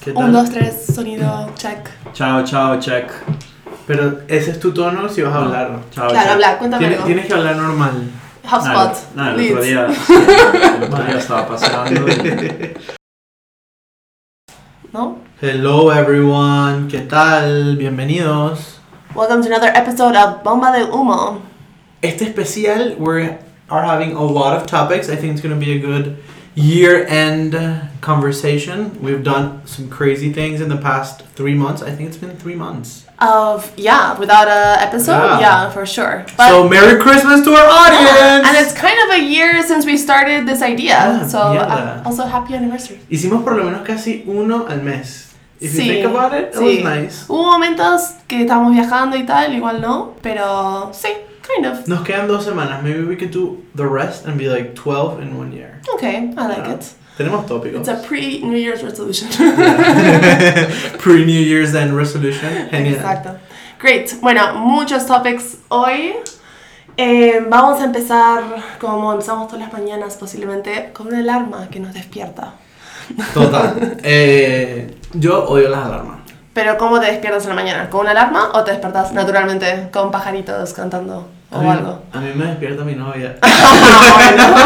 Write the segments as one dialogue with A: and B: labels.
A: ¿Qué tal?
B: Un, dos, tres, sonido, check.
A: Chao, chao, check.
C: Pero ese es tu tono si vas a
A: No.
C: hablar.
A: Chao,
B: claro,
A: check.
B: habla, cuéntame
C: Tienes,
B: algo.
C: tienes que hablar normal.
A: Nada,
B: HubSpot,
A: nada, el otro
B: Leeds.
A: día, el otro día estaba pasando. y-
B: ¿No?
C: Hello everyone, ¿qué tal? Bienvenidos.
B: Welcome to another episode of Bomba de Humo.
C: Este especial, we are having a lot of topics. I think it's going to be a good year-end conversation. We've done some crazy things in the past three months. I think it's been three months.
B: Of, yeah, without a
C: Yeah.
B: episode, yeah, for sure. But,
C: so Merry Christmas to our audience.
B: and it's kind of a year since we started this idea,
C: Ah,
B: so uh,
C: mierda.
B: also happy anniversary.
C: Hicimos por lo menos casi uno al mes. If
B: Sí,
C: you think about it, it was
B: sí.
C: nice.
B: Hubo momentos que estábamos viajando y tal, igual no, pero sí, kind of.
C: Nos quedan dos semanas. Maybe we could do the rest and be like 12 in one year.
B: Okay, I like
C: Yeah.
B: it.
C: Tenemos tópicos.
B: It's a pre-New Year's resolution.
C: Pre New Year's End resolution. Genial.
B: Exacto. Great. Bueno, muchos topics hoy. Eh, vamos a empezar, como empezamos todas las mañanas posiblemente, con una alarma que nos despierta.
C: Total. Eh, yo odio las alarmas.
B: Pero ¿cómo te despiertas en la mañana? ¿Con una alarma o te despertas naturalmente con pajaritos cantando o
C: A mí,
B: algo?
C: a mí me despierta mi novia.
B: Bueno.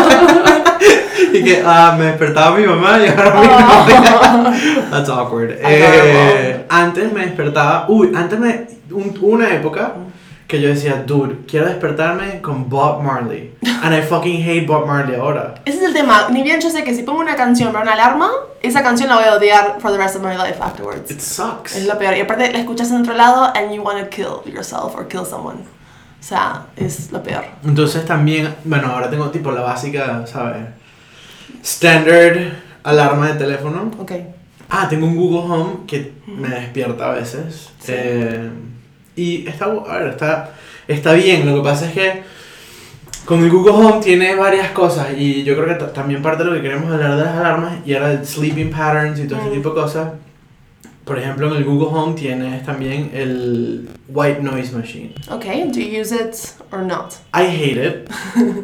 C: y que ah, me despertaba mi mamá y ahora
B: Oh.
C: mi novia. That's awkward. Eh, antes me despertaba. Uy, antes me. un- una época que yo decía, dude, quiero despertarme con Bob Marley. And I fucking hate Bob Marley ahora.
B: Ese es el tema. Ni bien yo sé que si pongo una canción para una alarma, esa canción la voy a odiar for the rest of my life afterwards.
C: It sucks.
B: Es lo peor. Y aparte la escuchas en otro lado and you want to kill yourself or kill someone. O sea, es lo peor.
C: Entonces también, bueno, ahora tengo tipo la básica, ¿sabes? Standard alarma de teléfono.
B: Ok.
C: Ah, tengo un Google Home que me despierta a veces.
B: Sí.
C: Eh, y está, bu- a ver, está, está bien. Lo que pasa es que con el Google Home tiene varias cosas y yo creo que ta- también parte de lo que queremos hablar de las alarmas y ahora el sleeping patterns y todo
B: Mm.
C: ese tipo de cosas. Por ejemplo, en el Google Home tienes también el White Noise Machine.
B: Okay, do you use it or not?
C: I hate it,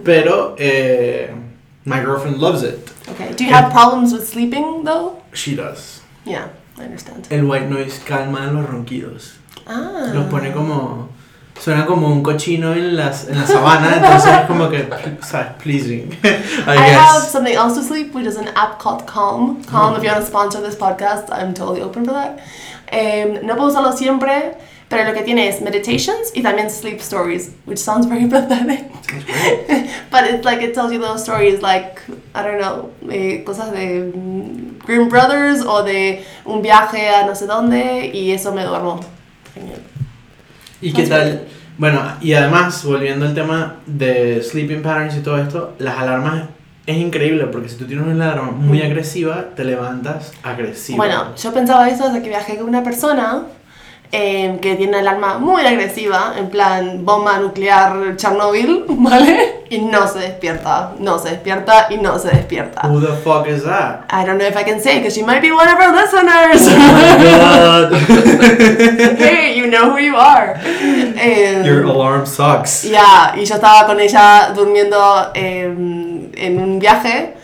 C: pero eh, my girlfriend loves it.
B: Okay. Do you have problems with sleeping though?
C: She does.
B: Yeah, I understand.
C: El white noise calma los ronquidos.
B: Ah.
C: Los pone como... Suena como un cochino en, las, en la sabana, entonces es como que, ¿sabes? Pleasing, I
B: I have
C: guess.
B: something else to sleep, which is an app called Calm. Calm,
C: Oh.
B: if you want to sponsor this podcast, I'm totally open for that. Em, no puedo usarlo siempre, pero lo que tiene es meditations y también sleep stories, which sounds very pathetic. But it's like it tells you little stories like, I don't know, eh, cosas de mm, Grimm Brothers o de un viaje a no sé dónde y eso me duermo. Genial.
C: ¿Y qué tal? Bueno, y además, volviendo al tema de sleeping patterns y todo esto, las alarmas es increíble porque si tú tienes una alarma muy agresiva, te levantas agresiva.
B: Mm. Bueno, yo pensaba eso hasta que viajé con una persona eh, que tiene el alma muy agresiva, en plan bomba nuclear Chernobyl, ¿vale? Y no se despierta, no se despierta y no se despierta.
C: Who the fuck is that?
B: I don't know if I can say, because she might be one of our listeners.
C: Oh
B: hey, you know who you are. Eh,
C: Your alarm sucks.
B: Ya, y yo estaba con ella durmiendo eh, en un viaje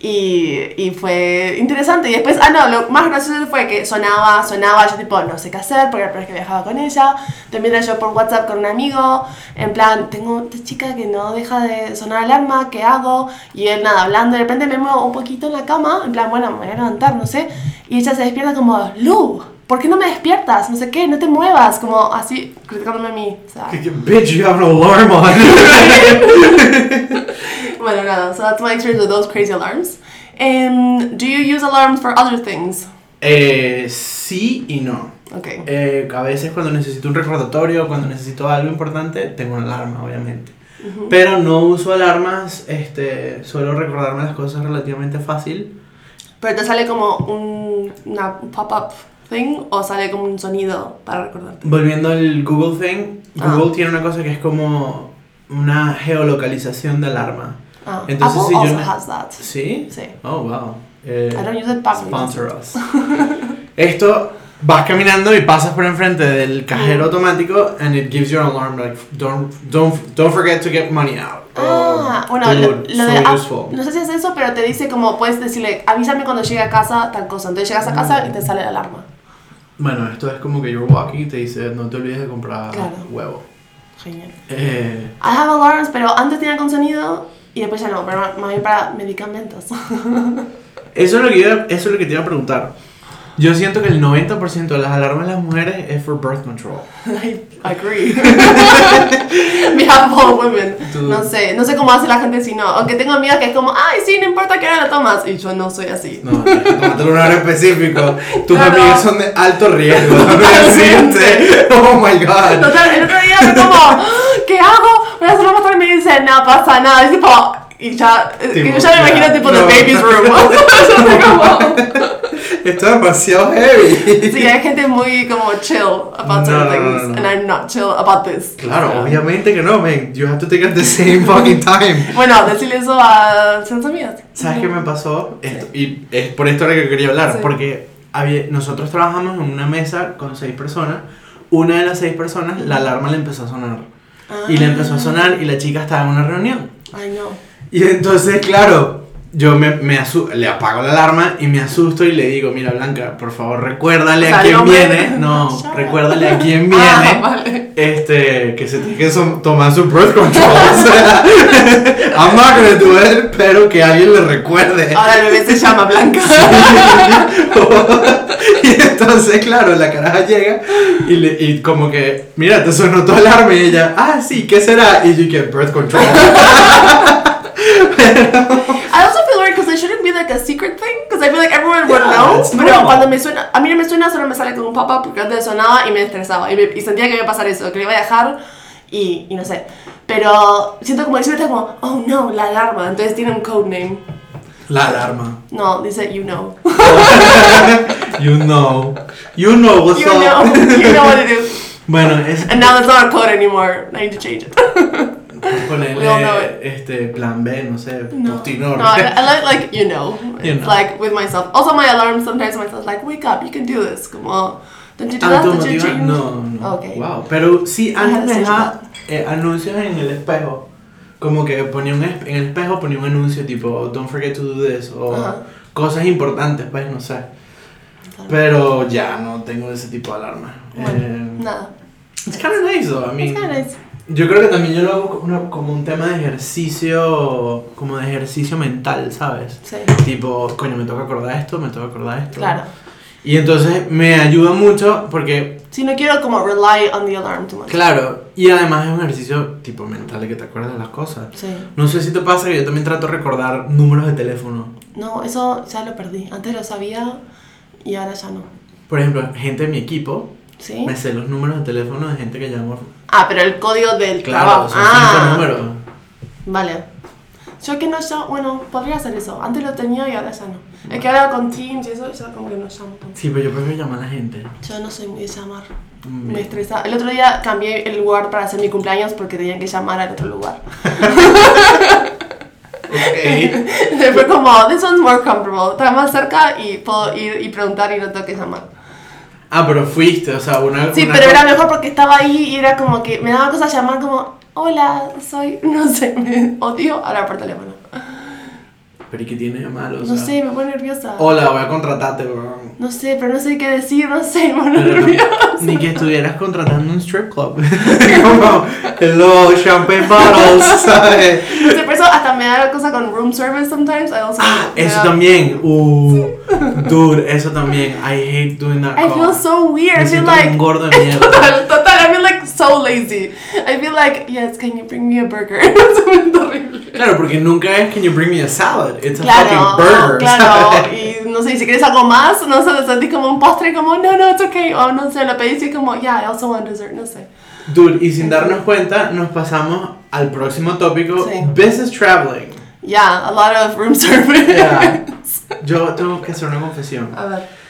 B: y, y fue interesante. Y después, ah, no, lo más gracioso fue que sonaba, sonaba, yo tipo, no sé qué hacer, porque la primera vez que viajaba con ella. También era yo por WhatsApp con un amigo, en plan, tengo esta chica que no deja de sonar alarma, ¿qué hago? Y él nada, hablando, de repente me muevo un poquito en la cama, en plan, bueno, me voy a levantar, no sé. Y ella se despierta como, Lu, ¿por qué no me despiertas? No sé qué, no te muevas, como así, criticándome a mí. o sea.
C: Bitch, you have an alarm on.
B: Bueno, nada, so that's my experience with those crazy alarms. Um, do you use alarms for other things?
C: eh, sí y no.
B: Okay.
C: Eh, a veces cuando necesito un recordatorio, cuando necesito algo importante, tengo una alarma, obviamente. Pero no uso alarmas, este, suelo recordarme las cosas relativamente fácil.
B: Pero te sale como un una pop-up thing o sale como un sonido para recordarte.
C: Volviendo al Google Thing,
B: Ah.
C: Google tiene una cosa que es como una geolocalización de alarma.
B: Ah,
C: Entonces,
B: Apple
C: si yo
B: also
C: no-
B: has that.
C: ¿Sí?
B: Sí.
C: Oh, wow. Eh,
B: I don't use it, but
C: Sponsor us. Esto vas caminando y pasas por enfrente del cajero automático and it gives you an alarm like don't don't don't forget to get money out.
B: Ah,
C: Oh,
B: bueno, lo,
C: dude,
B: lo
C: so
B: de, ah,
C: useful.
B: no sé si es eso, pero te dice como puedes decirle, avísame cuando llegue a casa, tal cosa. Entonces llegas
C: Ah.
B: a casa y te sale la alarma.
C: Bueno, esto es como que you're walking y te dice no te olvides de comprar
B: Claro.
C: huevo.
B: Genial.
C: Eh,
B: I have alarms, pero antes tenía con sonido y después ya no, pero más bien para medicamentos.
C: eso es lo que yo, eso es lo que te iba a preguntar. Yo siento que el 90% de las alarmas de las mujeres es for birth control.
B: I agree. We have all women.
C: Tú-
B: No sé, no sé cómo hace la gente si no. Aunque tengo amigas que es como, ay, sí, no importa qué hora lo tomas. Y yo no soy así.
C: No, tómate un horario específico. Tus
B: Claro.
C: amigos son de alto riesgo.
B: Totalmente.
C: Realmente. Oh my god.
B: Total, el otro día fue como, "Ah, ¿qué hago? Voy a hacer la pasar y me dice, no pasa nada. Es tipo, y ya, es que
C: Tipo,
B: yo ya me imagino
C: ya,
B: tipo
C: no.
B: the baby's room. Yo sé como-
C: Esto es demasiado heavy.
B: sí, hay gente muy como chill
C: No,
B: about certain
C: no,
B: things.
C: no, no.
B: And I'm not chill about this.
C: Claro,
B: So.
C: obviamente que no, man. You have to take it the same fucking time.
B: Bueno, decirle eso a sus amigas.
C: ¿Sabes qué me pasó? Esto- y es por esto era que quería hablar.
B: Sí.
C: Porque había- nosotros trabajamos en una mesa con seis personas. Una de las seis personas, la alarma le empezó a sonar. Y le empezó a sonar y la chica estaba en una reunión.
B: Ah. Ay, no.
C: Y entonces, claro, yo me, me asu- le apago la alarma y me asusto y le digo, mira Blanca, por favor, recuérdale a
B: Salió
C: quién
B: mal.
C: viene. No,
B: Ya.
C: recuérdale a quién viene.
B: Ah, vale.
C: Este, que se tiene que som- tomar su birth control. O sea, I'm not gonna do it, pero que alguien le recuerde.
B: Ahora el bebé se llama Blanca.
C: y entonces, claro, la caraja llega y, le- y como que, mira, te sonó tu alarma y ella, ah, sí, ¿qué será? Y yo que birth control.
B: I also feel weird because it shouldn't be like a secret thing because I feel like everyone would
C: Yeah,
B: know.
C: it's
B: Pero
C: normal.
B: cuando me suena, a mí no me suena, solo me sale como un papá porque antes sonaba y me estresaba y, me- y sentía que me iba a pasar eso, que le iba a dejar y, y no sé. Pero siento como decirme está como, oh no, la alarma. Entonces tiene un codename.
C: La alarma.
B: No, dice you know.
C: You know. You know what's
B: You
C: up.
B: know, you know what it is.
C: Bueno, es
B: And now it's not a code anymore. I need to change it. We all know
C: ponerle este plan B, no sé,
B: No,
C: Postinor.
B: no, I, I like like you know,
C: You
B: It's
C: know.
B: like with myself. Also, my alarm sometimes myself like wake up, you can do this. Come on, don't you do that? Don't you
C: Automotiva,
B: change?
C: Ah, no, no.
B: Okay.
C: Wow, pero sí,
B: Ajá,
C: antes
B: sí,
C: dejaba eh, anuncios en el espejo. Como que ponía un espe- en el espejo ponía un anuncio tipo "Oh, don't forget to do this o
B: Ajá.
C: cosas importantes, pues no sé. Pero ya no tengo ese tipo de alarma.
B: Bueno,
C: Eh,
B: nada.
C: it's kind of nice though, I mean.
B: It's kinda nice.
C: Yo creo que también yo lo hago como, una- como un tema de ejercicio, como de ejercicio mental, ¿sabes?
B: Sí,
C: Tipo, coño, me toca acordar esto, me toca acordar esto.
B: claro.
C: Y entonces me ayuda mucho porque,
B: Si no quiero como rely on the alarm too much.
C: claro, y además es un ejercicio tipo mental de que te acuerdas de las cosas.
B: Sí.
C: No sé si te pasa que yo también trato de recordar números de teléfono.
B: No, eso ya lo perdí. Antes lo sabía y ahora ya no.
C: Por ejemplo, gente de mi equipo,
B: ¿Sí?
C: me sé los números de teléfono de gente que llamo.
B: Ah, pero el código del
C: Claro,
B: trabajo.
C: son cinco
B: Ah,
C: números.
B: Vale. Yo que no llamo, bueno, podría hacer eso. Antes lo tenía y ahora ya no. Es que ahora con Teams y eso, ya como que no llamo tanto.
C: Sí, pero yo prefiero llamar a la gente.
B: Yo no soy muy de llamar.
C: Mm,
B: Me estresa. El otro día cambié el lugar para hacer mi cumpleaños porque tenía que llamar al otro lugar.
C: ok.
B: Fue como, this one's more comfortable. Está más cerca y puedo ir y preguntar y no tengo que llamar.
C: Ah, pero fuiste, o sea, una.
B: Sí,
C: una
B: pero
C: co-
B: era mejor porque estaba ahí y era como que me daba cosas llamar como, hola, soy, no sé, me odio hablar por teléfono.
C: Pero ¿y qué tiene de malo? O
B: No
C: sea,
B: sé, me pone nerviosa.
C: Hola, voy a contratarte, weón.
B: No sé, pero no sé qué decir, no sé, me pone
C: Pero
B: nerviosa.
C: no- Ni que estuvieras contratando un strip club. Como, hello, champagne bottles, ¿sabes?
B: No sé, por eso hasta me da cosa con room service sometimes. I also
C: Ah,
B: me
C: eso
B: da-
C: también. Uh, dude, eso también. I hate doing that
B: I
C: call.
B: feel so weird.
C: Me
B: I feel
C: siento
B: like
C: un gordo de mierda.
B: Total, total, I feel like so lazy. I feel like, yes, can you bring me a burger? Eso es horrible.
C: Claro, porque nunca es can you bring me a salad. It's a
B: Claro, Ah,
C: fucking burger.
B: claro.
C: ¿sabes?
B: Y no sé, y si quieres algo más, no sé, te sentís como un postre, como, no, no, it's okay. O no sé, lo pedís y es como, yeah, I also want dessert, no sé.
C: Dude, y sin darnos cuenta, nos pasamos al próximo tópico:
B: Sí.
C: business traveling.
B: Yeah, a lot of room service.
C: Yeah. Yo tengo que hacer una confesión.
B: A ver.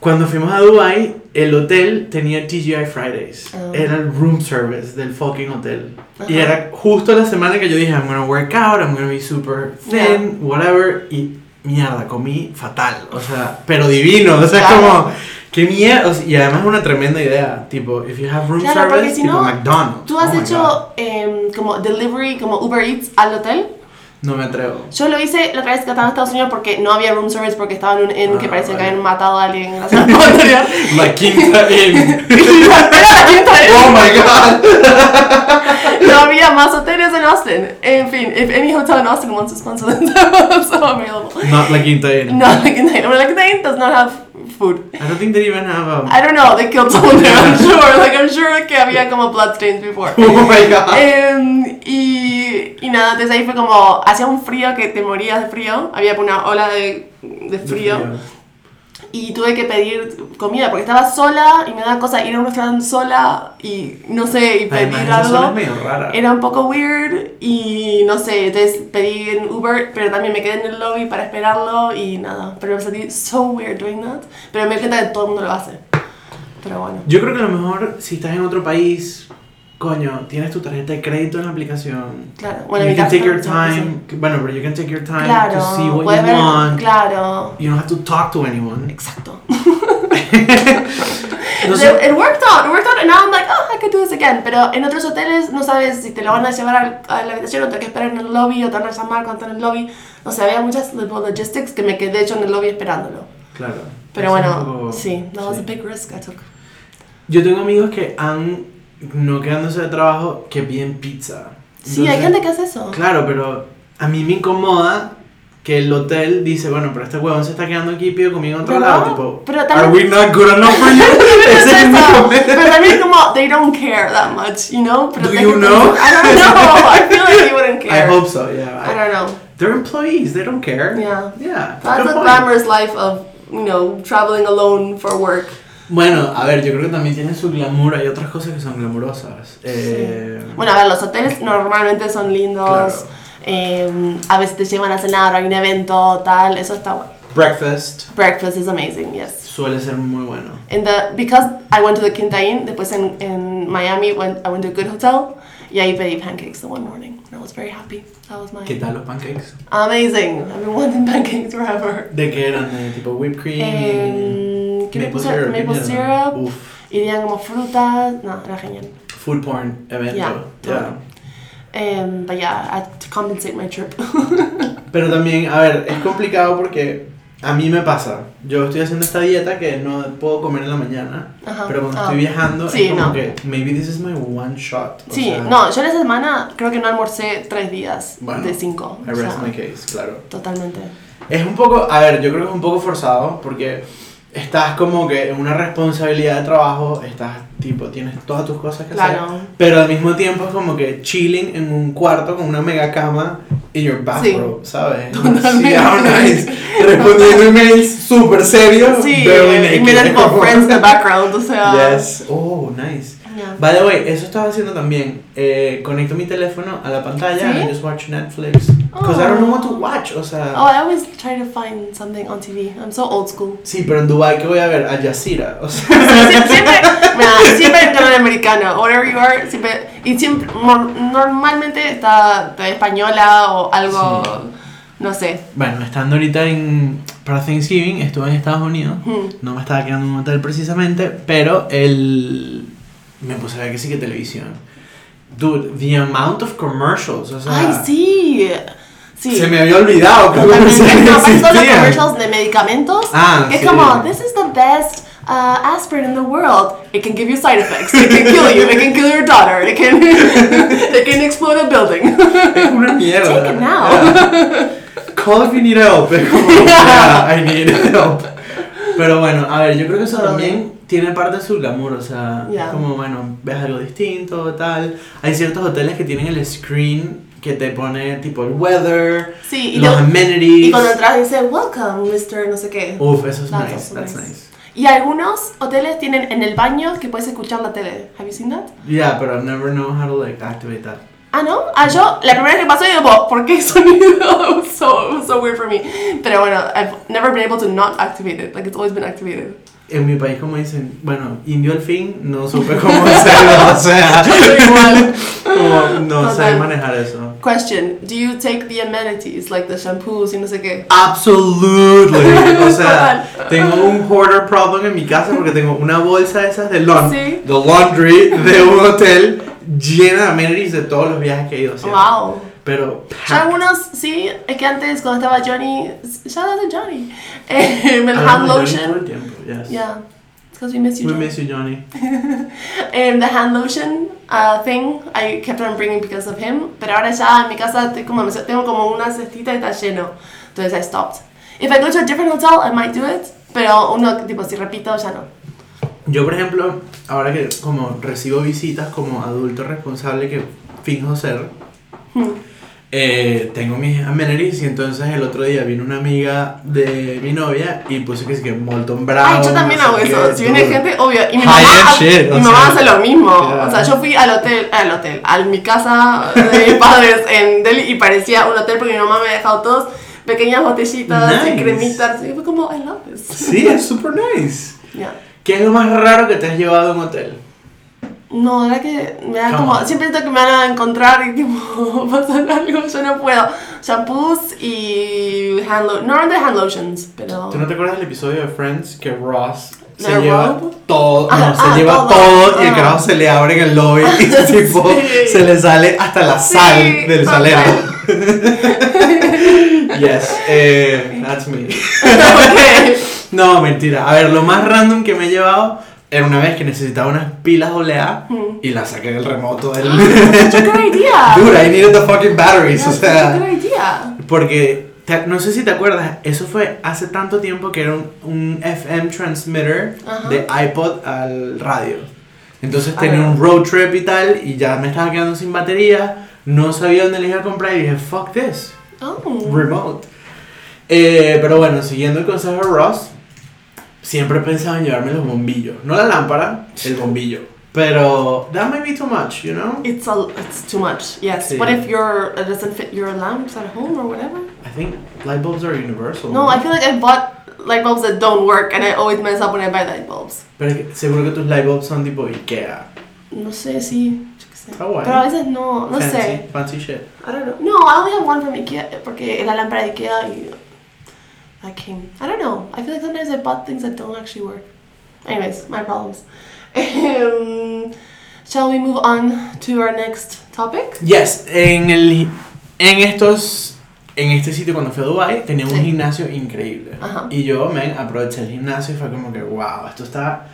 C: Cuando fuimos a Dubai, el hotel tenía TGI Fridays.
B: Ah.
C: Era el room service del fucking hotel. Y
B: Ajá.
C: era justo la semana que yo dije, I'm gonna work out, I'm gonna be super thin, whatever. Y mierda, comí fatal. O sea, pero divino. O sea,
B: Claro.
C: como, Qué mierda. o sea, y además es una tremenda idea. Tipo, if you have room
B: Claro, porque
C: service,
B: si
C: tipo
B: no,
C: McDonald's.
B: ¿Tú has
C: Oh my God.
B: hecho em, como delivery, como Uber Eats al hotel?
C: No me atrevo.
B: Yo lo hice la otra vez que estaba en Estados Unidos porque no había room service porque estaban en, en que
C: Ah,
B: parecía que
C: vale.
B: habían matado a alguien en la semana anterior.
C: La quinta in.
B: Era la quinta vez.
C: Oh my god.
B: No había más hoteles en Austin. En fin, if any hotel in Austin wants to sponsor them, they're also available.
C: Not la quinta in.
B: No, like in the, like the does not have food.
C: I don't think they even have um, a.
B: I don't know, they killed someone there, I'm sure. Like, I'm sure que había como bloodstains before.
C: Oh my god.
B: Em, y, y nada, desde ahí fue como, hacía un frío que te morías de frío, había una ola de, de frío y tuve que pedir comida porque estaba sola y me daba cosa ir a un restaurante sola y no sé, y pedir
C: Además, esa zona es
B: algo.
C: medio rara.
B: Era un poco weird y no sé, entonces pedí en Uber, pero también me quedé en el lobby para esperarlo y nada, pero me sentí so weird doing that, pero me di cuenta que todo el mundo lo hace. Pero bueno.
C: Yo creo que a lo mejor si estás en otro país, coño, tienes tu tarjeta de crédito en la aplicación.
B: Claro, bueno, en
C: you
B: mi
C: can
B: caso
C: take your
B: no, no sé.
C: time. Bueno, pero you can take your time
B: Claro,
C: to see what
B: puedes
C: you
B: ver-
C: want.
B: Claro,
C: You don't have to talk to anyone.
B: exacto.
C: No
B: It-
C: sé-
B: it worked out, it worked out, and now I'm like, oh, I could do this again. Pero en otros hoteles no sabes si te lo van a llevar al- a la habitación o te que esperar en el lobby o te van a llamar cuando estás en el lobby. O sea, había muchas little logistics que me quedé yo en el lobby esperándolo.
C: Claro.
B: Pero
C: Es un
B: bueno,
C: poco-
B: sí, that was
C: sí.
B: a big risk I took.
C: Yo tengo amigos que han, no quedándose de trabajo, que piden pizza.
B: Sí, hay
C: Entonces,
B: gente que hace eso.
C: Claro, pero a mí me incomoda que el hotel dice, bueno, pero este huevón se está quedando aquí y pide comida en otro
B: ¿Verdad?
C: lado. Tipo,
B: Pero
C: ¿Are we
B: también-
C: not good enough for you?
B: Es
C: Ese es mi
B: eso.
C: comentario.
B: Pero también como, they don't care that much, you know? Pero
C: Do
B: they-
C: you know?
B: I don't know, I feel like they wouldn't
C: I
B: care.
C: hope so, yeah.
B: I don't know.
C: They're employees, they don't care.
B: Yeah.
C: Yeah.
B: That's
C: good
B: the
C: point.
B: glamorous life of, you know, traveling alone for work.
C: Bueno, a ver, yo creo que también tiene su glamour, hay otras cosas que son glamurosas. Eh,
B: Bueno, a ver, los hoteles normalmente son lindos.
C: Claro.
B: eh, a veces te llevan a cenar, hay un evento, tal. Eso está bueno.
C: Breakfast
B: Breakfast is amazing, yes.
C: suele ser muy bueno.
B: And the, because I went to the Quinta Inn, después en, en Miami, went, I went to a good hotel. Y ahí pedí pancakes the one morning. And I was very happy. That was my...
C: ¿Qué tal los pancakes?
B: Amazing. I've been wanting pancakes forever.
C: ¿De qué eran? ¿De tipo whipped cream?
B: Em, ¿Qué
C: maple
B: le puse?
C: syrup. ¿qué
B: Maple
C: mierda?
B: syrup.
C: Uf,
B: Y tenían como frutas. No, era genial.
C: food porn evento.
B: Yeah,
C: yeah.
B: Um, but yeah, I had to compensate my trip.
C: Pero también, a ver, es complicado porque a mí me pasa. Yo estoy haciendo esta dieta que no puedo comer en la mañana,
B: Ajá.
C: pero cuando
B: Ah.
C: estoy viajando
B: Sí,
C: es como
B: no.
C: que maybe this is my one shot. o
B: Sí,
C: sea,
B: no, yo en esa semana creo que no almorcé tres días
C: Bueno,
B: de cinco.
C: I
B: o sea,
C: rest my case, claro.
B: Totalmente.
C: Es un poco, a ver, yo creo que es un poco forzado porque estás como que en una responsabilidad de trabajo, estás tipo, tienes todas tus cosas que hacer.
B: Claro.
C: Pero al mismo tiempo es como que chilling en un cuarto con una mega cama y your bathrobe, ¿sabes?
B: Totalmente.
C: Sí, how nice. Respondiendo emails súper serios.
B: Sí,
C: barely
B: eh,
C: naked.
B: y miran con friends in the background, o sea.
C: Yes. Oh, nice.
B: yeah.
C: By the way, eso estaba haciendo también. Eh, conecto mi teléfono a la pantalla
B: ¿Sí?
C: and I just watch Netflix. Because I don't know what to watch, o sea.
B: Oh, I always try to find something on TV. I'm so old school.
C: Sí, pero en Dubai ¿qué voy a ver? Al Jazeera, o sea.
B: Sie- siempre, mira, siempre en canal americano, whatever you are, siempre. Y siempre, mor- normalmente está TV española o algo, no sé.
C: Bueno, estando ahorita en para Thanksgiving, estuve en Estados Unidos.
B: Hmm.
C: No me estaba quedando en un hotel precisamente, pero el me puse a ver que sí que televisión. Dude, the amount of commercials, o sea,
B: Ay, sí. Sí.
C: se me había olvidado que
B: Totalmente.
C: comerciales
B: No, aparte todos los
C: existían.
B: commercials de medicamentos.
C: Ah,
B: que es
C: sí.
B: como, this is the best uh, aspirin in the world. It can give you side effects. It can kill you. It can kill your daughter. It can, it can explode a building.
C: Es una mierda.
B: Take it now.
C: Yeah. Call if you need help. Es como, yeah, I need help. Pero bueno, a ver, yo creo que eso también tiene parte de su glamour, o sea, es
B: Yeah.
C: como, bueno, ves algo distinto, tal. Hay ciertos hoteles que tienen el screen que te pone tipo el weather,
B: Sí, y,
C: los
B: lo-
C: amenities.
B: y cuando entras dice, welcome, Mr. no sé qué.
C: Uf, eso es
B: That's
C: nice,
B: also
C: that's
B: nice.
C: nice.
B: Y algunos hoteles tienen en el baño que puedes escuchar la tele. Have you seen that?
C: Yeah, but I never know how to like activate that.
B: Ah, ¿no? Ah, yo, la primera vez que pasó, yo digo, ¿por qué sonido? It was so, it was so weird for me. Pero bueno, I've never been able to not activate it. Like, it's always been activated.
C: en mi país como dicen, bueno, indio al fin, no supe cómo hacerlo, o sea,
B: igual.
C: como no sé
B: Total.
C: manejar eso.
B: Question, do you take the amenities, like the shampoos y no sé qué?
C: Absolutely. O sea, tengo un hoarder problem en mi casa porque tengo una bolsa de esas de laun-
B: Sí.
C: de laundry de un hotel llena de amenities de todos los viajes que he ido haciendo.
B: Wow.
C: Pero
B: Ya algunos, sí, es que antes cuando estaba Johnny, shout out to Johnny, eh, me hand
C: hablamos de Ah, Johnny
B: lotion.
C: todo el tiempo, yes.
B: Yeah, because we miss you.
C: We
B: Johnny.
C: miss you, Johnny.
B: Em, the hand lotion uh, thing I kept on bringing because of him, pero ahora ya en mi casa estoy como, tengo como una cestita y está lleno, entonces I stopped. If I go to a different hotel, I might do it, pero uno tipo si repito ya no.
C: Yo, por ejemplo, ahora que como recibo visitas como adulto responsable que finjo ser,
B: Hmm.
C: eh, tengo mis amenities y entonces el otro día vino una amiga de mi novia y puse que sí que Molton Brown.
B: Ay, yo también
C: Ah, no sé
B: hago eso.
C: qué,
B: Si viene
C: todo.
B: gente, obvio. Y mi
C: High
B: mamá,
C: end shit, o
B: mi mamá
C: sea.
B: hace lo mismo.
C: Yeah.
B: O sea, yo fui al hotel, al hotel, a mi casa de mis padres en Delhi y parecía un hotel porque mi mamá me ha dejado todos pequeñas botellitas y
C: Nice.
B: cremitas. Y fue como, I love this.
C: Sí, es super nice.
B: Yeah.
C: ¿Qué es lo más raro que te has llevado a un hotel?
B: No, la verdad que me da
C: Come
B: como.
C: on.
B: Siempre siento que me van a encontrar y tipo, pasar algo. Yo no puedo. Shampoos y hand lo- No eran de hand lotions, pero.
C: ¿Tú no te acuerdas del episodio de Friends que Ross se
B: ¿La
C: lleva
B: robe?
C: todo,
B: Ah,
C: no, se
B: ah,
C: lleva
B: todo,
C: todo, y el
B: ah.
C: carajo se le abre en el lobby y tipo,
B: Sí.
C: se le sale hasta la sal
B: Sí,
C: del salero? yes, eh, that's me.
B: Ok.
C: No, mentira. A ver, lo más random que me he llevado era una vez que necesitaba unas pilas AA
B: Mm. Ah,
C: y las saqué del remoto del.
B: Such a good idea.
C: Dude, I needed the fucking batteries, o
B: That's such a
C: sea.
B: good idea.
C: Porque, te- no sé si te acuerdas, eso fue hace tanto tiempo que era un, un FM transmitter
B: Ajá.
C: de iPod al radio. Entonces
B: Ah.
C: tenía un road trip y tal, y ya me estaba quedando sin batería, no sabía dónde le iba a comprar y dije, fuck this,
B: Oh.
C: remote. Eh, pero bueno, siguiendo el consejo de Ross, siempre pensaba en llevarme los bombillos. No la lámpara, el bombillo. Pero, that may be too much, you know?
B: It's a, it's too much. Yes.
C: Sí.
B: What if your it doesn't fit your lamps at home or whatever?
C: I think light bulbs are universal.
B: No, I feel like I bought light bulbs that don't work, and I always mess up when I buy light bulbs.
C: Pero es que seguro que tus light bulbs son tipo Ikea.
B: No sé si. yo qué sé.
C: Está guay.
B: Pero a veces no, no
C: fancy,
B: sé.
C: Fancy shit.
B: I don't know. No, I only have one from Ikea porque la lámpara de Ikea y that came. I don't know. I feel like sometimes I bought things that don't actually work. Anyways, my problems. Um, shall we move on to our next topic?
C: Yes, en el en estos en este sitio cuando fui a Dubai tenía un
B: Sí.
C: gimnasio increíble.
B: Ajá.
C: Y yo me aproveché el gimnasio y fue como que wow, esto está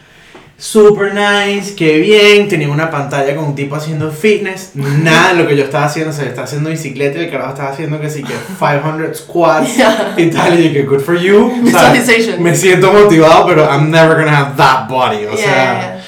C: super nice, qué bien, tenía una pantalla con un tipo haciendo fitness, nada de lo que yo estaba haciendo, se está haciendo bicicleta y el carajo estaba haciendo que sí que 500 squats
B: Yeah.
C: y tal y yo que good for you. O sea,
B: Visualization.
C: me siento motivado, pero I'm never gonna have that body, o
B: Yeah,
C: sea,
B: yeah, yeah.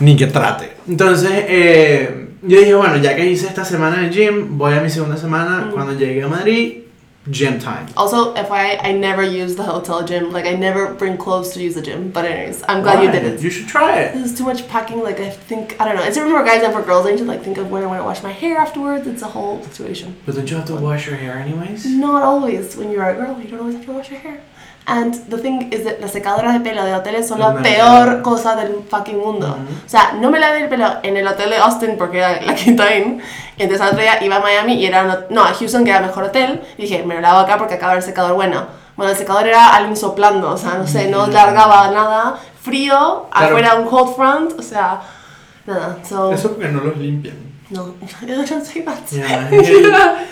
C: ni que trate. Entonces, eh, yo dije, bueno, ya que hice esta semana en el gym, voy a mi segunda semana.
B: Mm.
C: Cuando llegué a Madrid, gym time.
B: Also, FYI, I never use the hotel gym. Like, I never bring clothes to use the gym. But anyways, I'm glad you
C: Why?
B: did it.
C: You should try it.
B: This is too much packing. Like, I think I don't know. It's different for guys and for girls. I need to like think of when I want to wash my hair afterwards. It's a whole situation.
C: But don't you have to wash your hair anyways?
B: Not always. When you're a girl, you don't always have to wash your hair. And the thing is that las secadoras de pelo de hoteles son la
C: Una
B: peor
C: mierda.
B: cosa del fucking mundo.
C: Ujú.
B: O sea, no me lavé el pelo en el hotel de Austin porque era la Quintain. Entonces al otro día iba a Miami y era... No, no, a Houston que era mejor hotel. Y dije, me lo lavo acá porque acaba el secador bueno. Bueno, el secador era alguien soplando. O sea, no sé, no largaba nada. Frío,
C: Mm. Claro.
B: afuera un cold front. O sea, nada. So,
C: Eso porque no los limpian.
B: no. I don't say that.
C: Ya, es, el,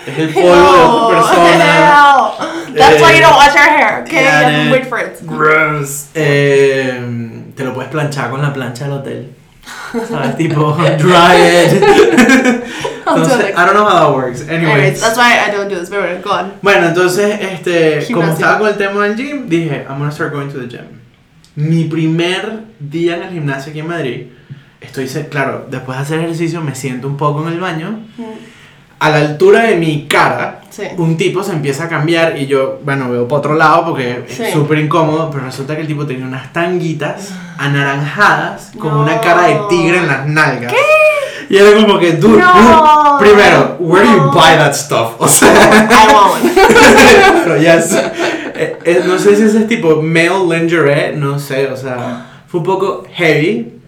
C: es el polvo
B: No,
C: de otra persona.
B: hell. That's why you don't wash your hair, okay?
C: Yeah,
B: you have to
C: dude.
B: wait for it.
C: Gross. Eh, te lo puedes planchar con la plancha del hotel. ¿Sabes? tipo, dry it. Entonces, I don't know how that works.
B: Anyways, that's why I don't do this. But anyway, go on.
C: Bueno, entonces, este,
B: Gimnasio.
C: como estaba con el tema del gym, dije, I'm gonna start going to the gym. Mi primer día en el gimnasio aquí en Madrid, estoy, se- claro, después de hacer ejercicio me siento un poco en el baño. A la altura de mi cara,
B: Mm, Sí.
C: un tipo se empieza a cambiar y yo, bueno, veo para otro lado porque
B: Sí.
C: es súper incómodo, pero resulta que el tipo tenía unas tanguitas anaranjadas con una
B: Ah. No.
C: cara de tigre en las nalgas. Y era como que, dude,
B: No.
C: primero, where do
B: No.
C: you buy that stuff? O sea...
B: I won't.
C: Pero ya es- eh, eh, no sé si ese es tipo male lingerie, no sé, o sea, fue un poco heavy.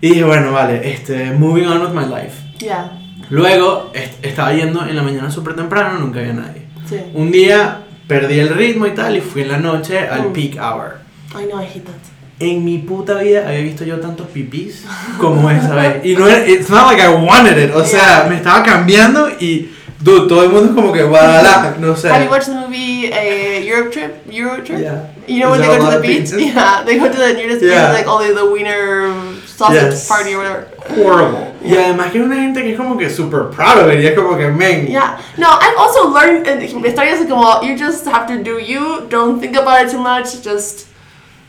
C: Y dije, bueno, vale, este, moving on with my life.
B: Ya,
C: Luego est- estaba yendo en la mañana súper temprano, nunca había nadie.
B: sí.
C: Un día perdí el ritmo y tal, y fui en la noche al
B: Mm.
C: peak hour.
B: Ay, no, hijitas.
C: En mi puta vida había visto yo tantos pipis como esa vez. Y no era, it's not like I wanted it. O sea,
B: Yeah.
C: me estaba cambiando y, dude, todo el mundo es como que, "Guadalá", no sé.
B: Have you watched the movie uh, Europe Trip? Euro Trip?
C: Yeah.
B: You know
C: Is
B: when they
C: there a lot
B: go to the
C: of
B: beach?
C: pizzas?
B: Yeah, they go to the nearest
C: Yeah.
B: beach, like all the, the wiener sausage
C: Yes.
B: party or whatever.
C: Horrible. Y además que hay una gente que es como que super proud of it. Y es como que, men.
B: Yeah. No, I've also learned in historias como you just have to do you. Don't think about it too much. Just,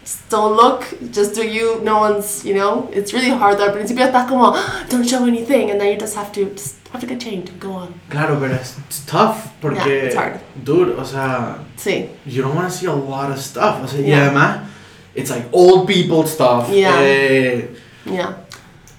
B: just don't look. Just do you. No one's, you know. It's really hard. though. Al principio estás como "Ah, don't show anything, and then you just have to just have to get changed. Go on.
C: Claro, pero es it's tough. Porque,
B: Yeah, it's hard.
C: dude, o sea,
B: Sí.
C: you don't want to see a lot of stuff. O sea, y
B: Yeah.
C: además, it's like old people stuff.
B: Yeah.
C: eh,
B: Yeah.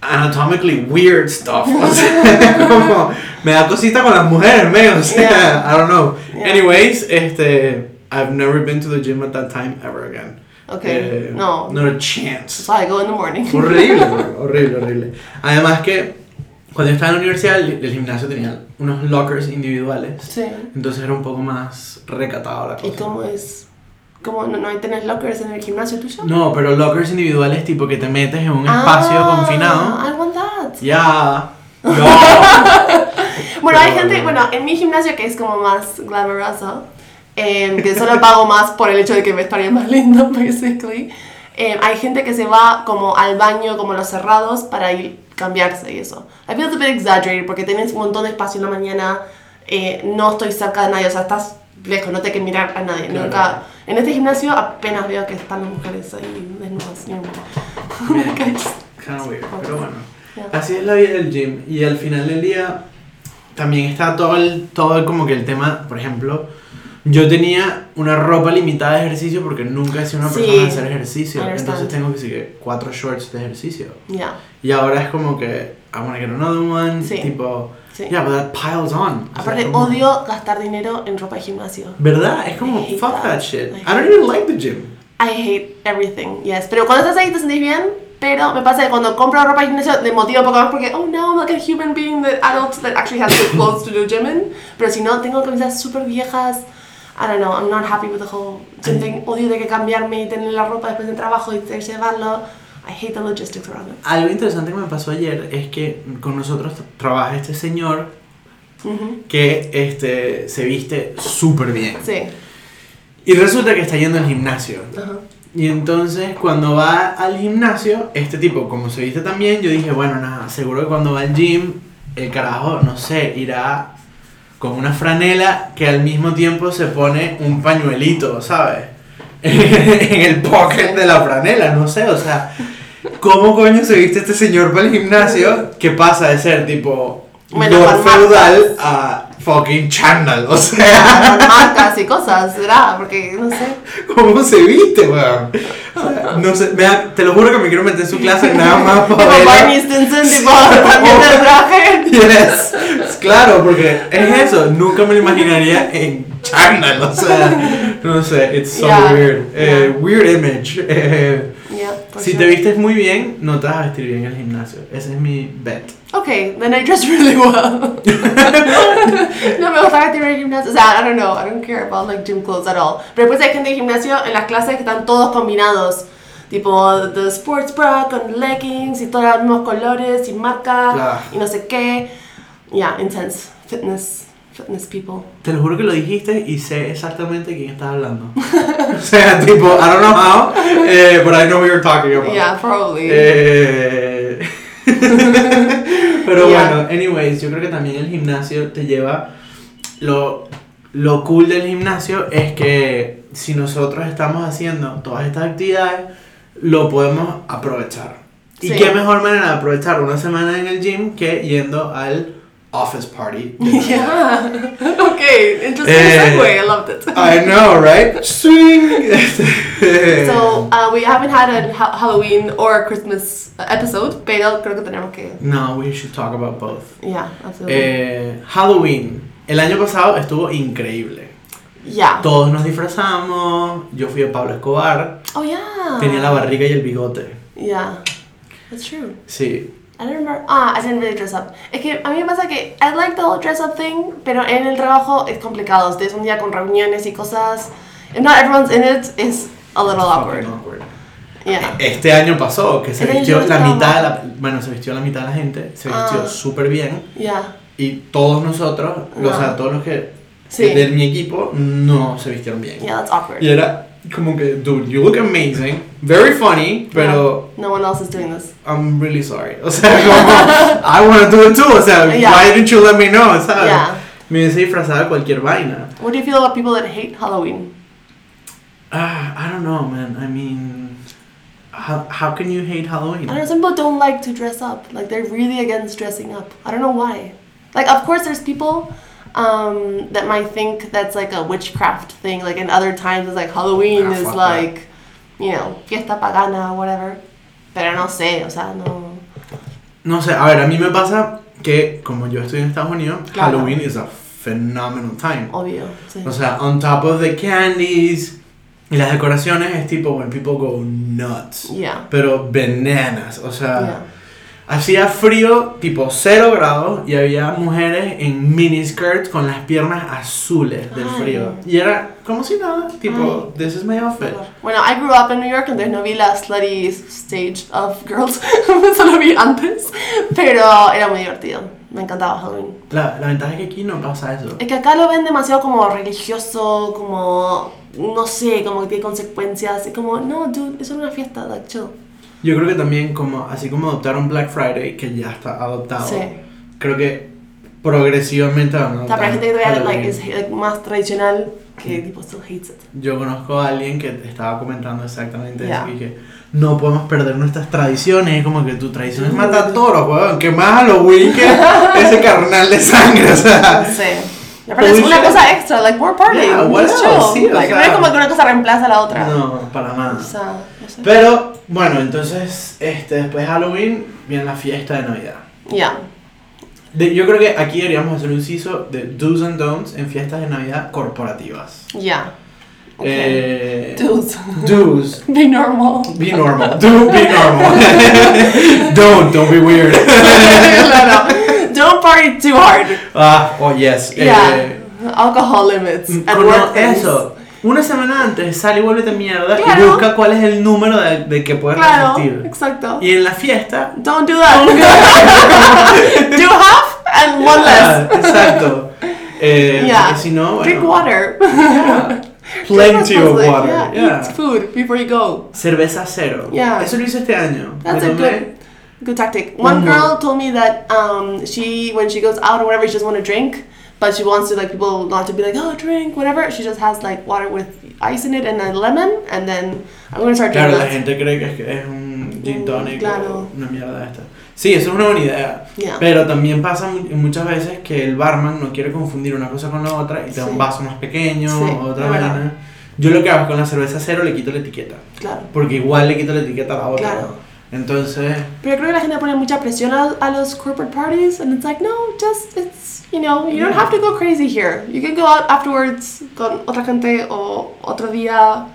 C: anatomically weird stuff. O sea, como me da cosita con las mujeres, medio. O sea,
B: Yeah.
C: I don't know.
B: Yeah.
C: Anyways, este, I've never been to the gym at that time ever again.
B: Okay.
C: Eh,
B: no.
C: Not a chance.
B: So I go in the morning.
C: Horrible, güey, horrible, horrible. Además que cuando yo estaba en la universidad, el, el gimnasio tenía unos lockers individuales.
B: sí.
C: Entonces era un poco más recatado la
B: ¿Y
C: cosa.
B: cómo es? ¿Cómo no, no hay tener lockers en el gimnasio tuyo?
C: No, pero lockers individuales tipo que te metes en un espacio
B: Ah,
C: confinado.
B: I want that.
C: Ya. No.
B: Bueno, hay
C: Pero-
B: gente, bueno, en mi gimnasio que es como más glamoroso, em, que solo pago más por el hecho de que me estaría más lindo, basically. em, hay gente que se va como al baño, como los cerrados, para ir cambiarse y eso. I feel it's a bit exaggerated porque tienes un montón de espacio en la mañana, eh, no estoy cerca de nadie, o sea, estás lejos, no te hay que mirar a nadie,
C: Claro.
B: nunca. En este gimnasio apenas veo que están las mujeres ahí desnudas. you know.
C: Bien.
B: Okay, just-
C: Kinda weird, pero bueno.
B: yeah.
C: Así es la vida del gym. Y al final del día también está todo el, todo el- como que el tema, por ejemplo, yo tenía una ropa limitada de ejercicio porque nunca he sido una
B: Sí.
C: persona de hacer ejercicio.
B: I understand.
C: Entonces tengo que seguir cuatro shorts de ejercicio.
B: Yeah,
C: Y ahora es como que, I wanna get another one.
B: Sí.
C: Tipo,
B: sí.
C: yeah, but that piles on. O sea,
B: Aparte,
C: como-
B: odio gastar dinero en ropa de gimnasio.
C: ¿Verdad? Es como,
B: I hate
C: fuck
B: that.
C: that shit.
B: I
C: I don't
B: hate
C: even like the gym.
B: I hate everything, yes. Pero cuando estás ahí te sentís bien, pero me pasa que cuando compro ropa de gimnasio me motiva un poco más porque, oh no, I'm like a human being that adult that actually has good clothes to do gym in. Pero si no, tengo camisas súper viejas. I don't know, I'm not happy with the whole gym thing. Odio de que cambiarme y tener la ropa después del trabajo y tener que llevarlo. I hate the logistics around it.
C: Algo interesante que me pasó ayer es que con nosotros trabaja este señor Mm-hmm.
B: Ujú.
C: que este, se viste súper bien.
B: Sí.
C: Y resulta que está yendo al gimnasio.
B: Ajá.
C: Y entonces cuando va al gimnasio, este tipo, como se viste tan bien, yo dije, bueno, nada, seguro que cuando va al gym, el carajo, no sé, irá con una franela que al mismo tiempo se pone un pañuelito, ¿sabes? en el pocket de la franela, no sé, o sea, ¿cómo coño se viste este señor para el gimnasio que pasa de ser tipo
B: Bueno,
C: lord
B: con marcas.
C: feudal a fucking chándal? O sea...
B: Con Marcas y cosas, ¿verdad? Porque, no sé.
C: ¿Cómo se viste, weón? O sea, no sé, me da- te lo juro que me quiero meter en su clase nada más
B: Tipo
C: para
B: Barney
C: ver.
B: Stinson, tipo, también el traje.
C: Yes. Claro, porque es eso, nunca me lo imaginaría en chándal, o sea, no sé, it's so
B: Yeah,
C: weird. Eh,
B: yeah.
C: weird image. Eh,
B: Yeah, for
C: si
B: sure.
C: te vistes muy bien, no te vas a vestir bien en el gimnasio. Ese es mi bet.
B: Okay, then I dress really well. no me gusta vestirme en gimnasio. O sea, I don't know, I don't care about like gym clothes at all. Pero después hay gente en gimnasio en las clases que están todos combinados. Tipo, the sports bra con leggings y todos los mismos colores y marca
C: Claro.
B: y no sé qué. Yeah, intense. Fitness. Fitness people.
C: Te lo juro que lo dijiste y sé exactamente de quién estás hablando. o sea, tipo, I don't know how, eh, but I know what you're talking about.
B: Yeah, probably.
C: Eh, Pero
B: Ya.
C: bueno, anyways, yo creo que también el gimnasio te lleva. Lo, lo cool del gimnasio es que si nosotros estamos haciendo todas estas actividades, lo podemos aprovechar.
B: Sí.
C: ¿Y qué mejor manera de aprovechar una semana en el gym que yendo al office party? de Navidad?
B: yeah. okay, interesting
C: Eh,
B: segue. I loved it.
C: I know, right? Swing. Este,
B: So, uh, we haven't had a ha- Halloween or a Christmas episode, pero creo que tenemos que.
C: No, we should talk about both.
B: Yeah, absolutely.
C: Eh, Halloween. El año pasado estuvo increíble.
B: yeah.
C: Todos nos disfrazamos. Yo fui a Pablo Escobar.
B: Oh, yeah.
C: Tenía la barriga y el bigote.
B: Yeah. That's true.
C: Sí.
B: I don't remember. Ah, I didn't really dress up. Es que a mí me pasa que I like the whole dress up thing, pero en el trabajo es complicado. Ustedes un día con reuniones y cosas. If not everyone's in it, it's a little awkward.
C: Fucking awkward.
B: Yeah.
C: Este año pasó que se
B: Este año
C: vistió
B: yo
C: la
B: estaba-
C: mitad de la, bueno, se vistió la mitad de la gente, se vistió
B: Ah.
C: súper bien
B: Yeah.
C: y todos nosotros, o
B: No.
C: sea, todos los que
B: Sí.
C: de mi equipo no se vistieron bien.
B: Yeah, that's awkward.
C: Y era como que, dude, you look amazing, very funny, pero
B: No one else is doing this.
C: I'm really sorry. O sea, como, I want to do it too. O sea,
B: Yeah.
C: why didn't you let me know? ¿Sabes?
B: Yeah.
C: Me hubiese disfrazado de cualquier vaina.
B: What do you feel about people that hate Halloween?
C: Ah, I don't know, man. I mean, how, how can you hate Halloween?
B: I don't know, some people don't like to dress up. Like, they're really against dressing up. I don't know why. Like, of course, there's people um, that might think that's like a witchcraft thing. Like, in other times, it's like Halloween
C: Ah,
B: is
C: fuck that.
B: like, you know, fiesta pagana, whatever. Pero no sé, o sea, no.
C: No sé, a ver, a mí me pasa que como yo estoy en Estados Unidos,
B: Claro.
C: Halloween is a phenomenal time.
B: Obvio. Sí.
C: O sea, on top of the candies y las decoraciones es tipo when people go nuts.
B: Yeah.
C: Pero bananas, o sea,
B: Yeah.
C: hacía frío tipo 0 grados y había mujeres en miniskirts con las piernas azules del
B: Ay.
C: frío. Y era como si nada, tipo, this is my outfit.
B: Bueno, I grew up in New York, entonces no vi la slutty stage of girls, solo vi antes, pero era muy divertido, me encantaba Halloween.
C: La, la ventaja es que aquí no pasa eso.
B: Es que acá lo ven demasiado como religioso, como, no sé, como que tiene consecuencias, es como, no, dude, es solo una fiesta, like, chill.
C: Yo creo que también como así como adoptaron Black Friday que ya está adoptado.
B: Sí.
C: Creo que progresivamente van a
B: O sea,
C: adoptar
B: para gente que todavía like,
C: Halloween.
B: es like, más tradicional,
C: Mm.
B: que tipo still hates it.
C: Yo conozco a alguien que estaba comentando exactamente
B: Ya.
C: eso y que no podemos perder nuestras tradiciones, es como que tu tradición es matar toros, weón, que más Halloween que ese carnal de sangre, o
B: No
C: sea.
B: sé. Y aparte es una
C: Bullshit.
B: cosa extra, like more party,
C: Yeah, what
B: just
C: else?
B: chill.
C: Sí, o
B: Like, no
C: sea-
B: es como que una cosa reemplaza a la otra.
C: No, para nada.
B: O sea, no sé.
C: Pero bueno, entonces este después de Halloween viene la fiesta de Navidad.
B: Yeah.
C: De- yo creo que aquí deberíamos hacer un inciso de do's and don'ts en fiestas de Navidad corporativas.
B: Yeah. Okay.
C: Eh,
B: Dudes,
C: do's.
B: be normal.
C: Be normal. Do be normal. don't, don't be weird.
B: no, no. Don't party too hard.
C: Ah, oh yes. eh,
B: Yeah. Alcohol limits.
C: mm,
B: at
C: cono-
B: workplace.
C: eso. Una semana antes sale y vuélvete mierda y
B: Claro.
C: busca cuál es el número de, de que puedes
B: Claro,
C: resistir.
B: exacto.
C: Y en la fiesta.
B: Don't do that. do half and one
C: Ah,
B: less.
C: exacto. Eh,
B: Yeah.
C: porque si no,
B: Drink
C: bueno,
B: water.
C: plenty of
B: Responsibly,
C: water.
B: Yeah,
C: yeah.
B: Eat food before you go.
C: Cerveza cero.
B: Yeah.
C: Eso lo hice este año.
B: That's
C: Me
B: a
C: tomé-
B: good good tactic. One
C: Mhm.
B: girl told me that um, she when she goes out or whatever, she doesn't want to drink, but she wants to like people not to be like oh drink whatever. She just has like water with ice in it and a lemon, and then I'm gonna start
C: Claro, la
B: drinking. that.
C: gente cree que es, que es un gin
B: Mm,
C: tonic
B: claro.
C: o una mierda de esta. Sí, eso es una buena idea.
B: Yeah.
C: Pero también pasa mu- muchas veces que el barman no quiere confundir una cosa con la otra y te da
B: Sí.
C: un vaso más pequeño
B: Sí,
C: o otra
B: es verdad.
C: vaina. Yo lo que hago es con la cerveza cero le quito la etiqueta.
B: Claro.
C: Porque igual le quito la etiqueta a la otra.
B: Claro.
C: Entonces,
B: Pero creo que la gente pone mucha presión a, a los corporate parties, and it's like, no, just, it's, you know, you don't
C: Yeah.
B: have to go crazy here. You can go out afterwards con otra gente o otro día,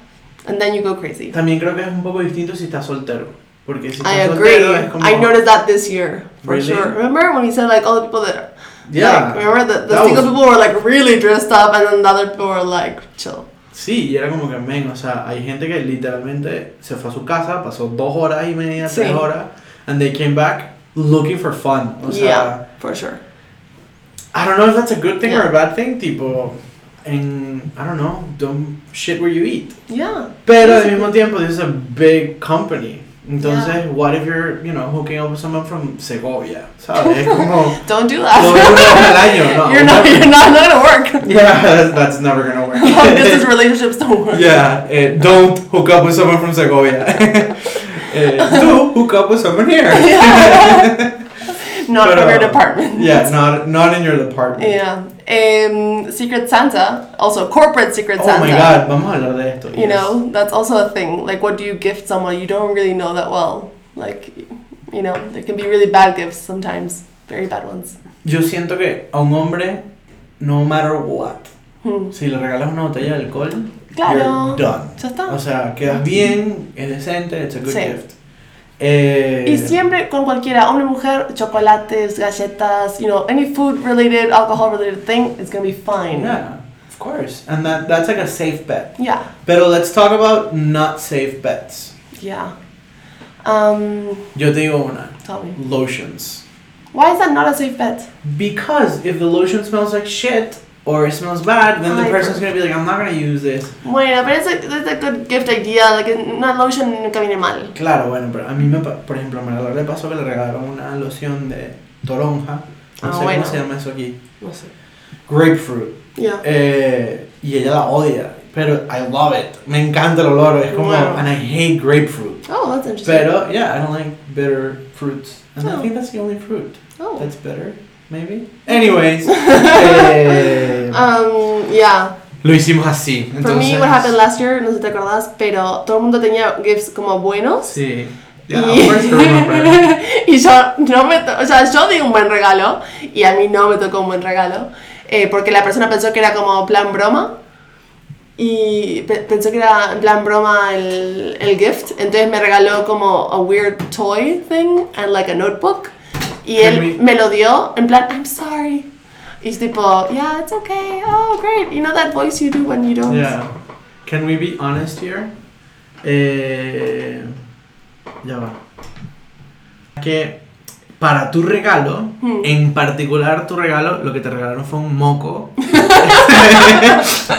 B: and then you go crazy.
C: también creo que es un poco distinto si estás soltero. Porque si estás
B: I agree.
C: soltero es como.
B: I noticed that this year, for
C: Really?
B: sure. Remember when we said, like, all the people that are,
C: Yeah.
B: like, remember the, the
C: That
B: single
C: was-
B: people were, like, really dressed up, and then the other people were, like, chill.
C: Sí, y era como que, men, o sea, hay gente que literalmente se fue a su casa, pasó dos horas y media,
B: Sí.
C: tres horas, and they came back looking for fun. O sea,
B: yeah, for sure.
C: I don't know if that's a good thing
B: Yeah.
C: or a bad thing, tipo, en, I don't know, don't shit where you eat.
B: Yeah.
C: Pero al
B: Basically.
C: mismo tiempo, this is a big company. Entonces, what if you're, you know, hooking up with someone from Segovia? ¿Sabes? Es como,
B: Don't do
C: lo veo
B: that.
C: una vez al año, ¿no?
B: you're, not, you're not, not gonna work.
C: Yeah, that's, that's never gonna work.
B: Long distance relationships don't work.
C: Yeah, eh, don't hook up with someone from Segovia. eh, do hook up with someone here.
B: Not
C: Pero-
B: from your department.
C: uh, Yeah, not not in your department.
B: Yeah. Um, Secret Santa, also corporate Secret
C: Oh
B: Santa.
C: my god, vamos a hablar de esto.
B: You
C: yes.
B: know, that's also a thing. Like, what do you gift someone you don't really know that well? Like, you know, there can be really bad gifts sometimes, very bad ones.
C: Yo siento que a un hombre, no matter what,
B: Hmm.
C: si le regalas una botella de alcohol,
B: Claro.
C: you're done.
B: Ya está.
C: O sea, quedas bien, es decente, it's a good
B: Sí.
C: gift. Eh,
B: Y siempre con cualquiera, hombre, mujer, chocolates, galletas, you know, any food related, alcohol related thing, it's gonna be fine.
C: Yeah, of course. And that, that's like a safe bet.
B: Yeah,
C: Pero let's talk about not safe bets.
B: yeah. Um,
C: Yo te digo una.
B: tell me.
C: Lotions.
B: Why is that not a safe bet?
C: Because if the lotion smells like shit or it smells bad, then the
B: Ay,
C: person's
B: pero-
C: gonna be like, I'm not gonna use this.
B: Bueno, pero es a, that's a good gift idea, like una lotion nunca viene mal.
C: Claro, bueno, pero a mí, me, pa- por ejemplo, a Marador le pasó que le regalaron una loción de toronja. No
B: Ah,
C: sé
B: bueno.
C: cómo se llama eso aquí.
B: No sé.
C: Grapefruit.
B: Yeah.
C: Eh, y ella la odia. Pero I love it. Me encanta el olor. Es como,
B: Wow.
C: and I hate grapefruit.
B: Oh, that's interesting.
C: Pero, yeah, I don't like bitter fruits. And I
B: Oh.
C: think that's the only fruit
B: oh.
C: that's bitter, maybe. Anyways.
B: Ah.
C: eh,
B: Um, yeah.
C: lo hicimos así.
B: For me,
C: entonces-
B: what happened last year, no sé si te acordás, pero todo el mundo tenía gifts como buenos.
C: Sí.
B: Y-
C: Yeah, of course you remember.
B: y yo no me to- o sea yo di un buen regalo y a mí no me tocó un buen regalo eh, porque la persona pensó que era como plan broma y pe- pensó que era en plan broma el, el gift entonces me regaló como a weird toy thing and like a notebook y
C: Can
B: él
C: we-
B: me lo dio en plan I'm sorry y es tipo yeah it's okay oh great you know that voice you do when you don't
C: Yeah. Can we be honest here? Eh, ya va. Que para tu regalo,
B: Hmm.
C: en particular tu regalo, lo que te regalaron fue un moco.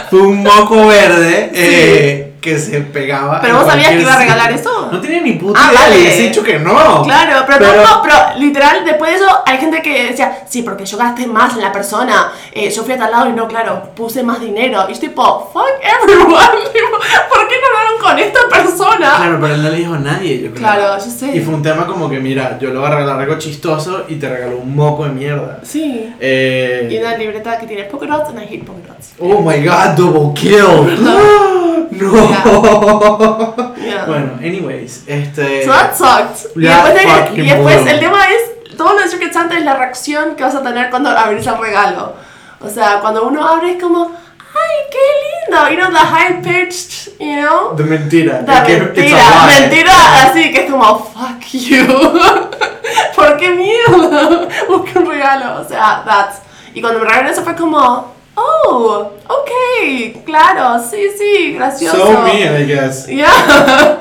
C: fue un moco verde eh, que se pegaba.
B: Pero
C: en
B: vos sabías que iba a
C: cualquier
B: regalar
C: sitio.
B: eso.
C: No tenía ni puta
B: Ah,
C: idea.
B: vale.
C: Le he dicho que no.
B: Claro, pero,
C: Pero-
B: no, pero literal, después de eso hay gente que decía, sí, porque yo gasté más en la persona, eh, yo fui a tal lado y no, claro, puse más dinero. Y yo tipo, fuck everyone, tipo, ¿por qué no hablaron con esta persona?
C: Claro, pero él no le dijo a nadie, yo creo.
B: Claro, yo sé.
C: Y fue un tema como que, mira, yo le voy a regalar algo chistoso y te regaló un moco de mierda.
B: Sí.
C: Eh,
B: Y una libreta que tiene polka dots and I hate polka dots.
C: Oh my god, double kill. no.
B: Yeah.
C: Bueno, anyways, este.
B: So that sucked.
C: Yeah,
B: y después,
C: fucking
B: y después
C: bueno.
B: el tema es, todo lo de Secret Santa es la reacción que vas a tener cuando abrís el regalo. O sea, cuando uno abre es como, ay, qué lindo, you know, the high pitched, you know.
C: De mentira.
B: Da
C: de que it's
B: mentira,
C: a lie.
B: mentira, así que es como fuck you. ¿Por qué miedo? Busqué un regalo, o sea, that's. Y cuando me regalaron eso fue como, oh, ok, claro, sí, sí, gracioso.
C: So me, I guess.
B: Yeah.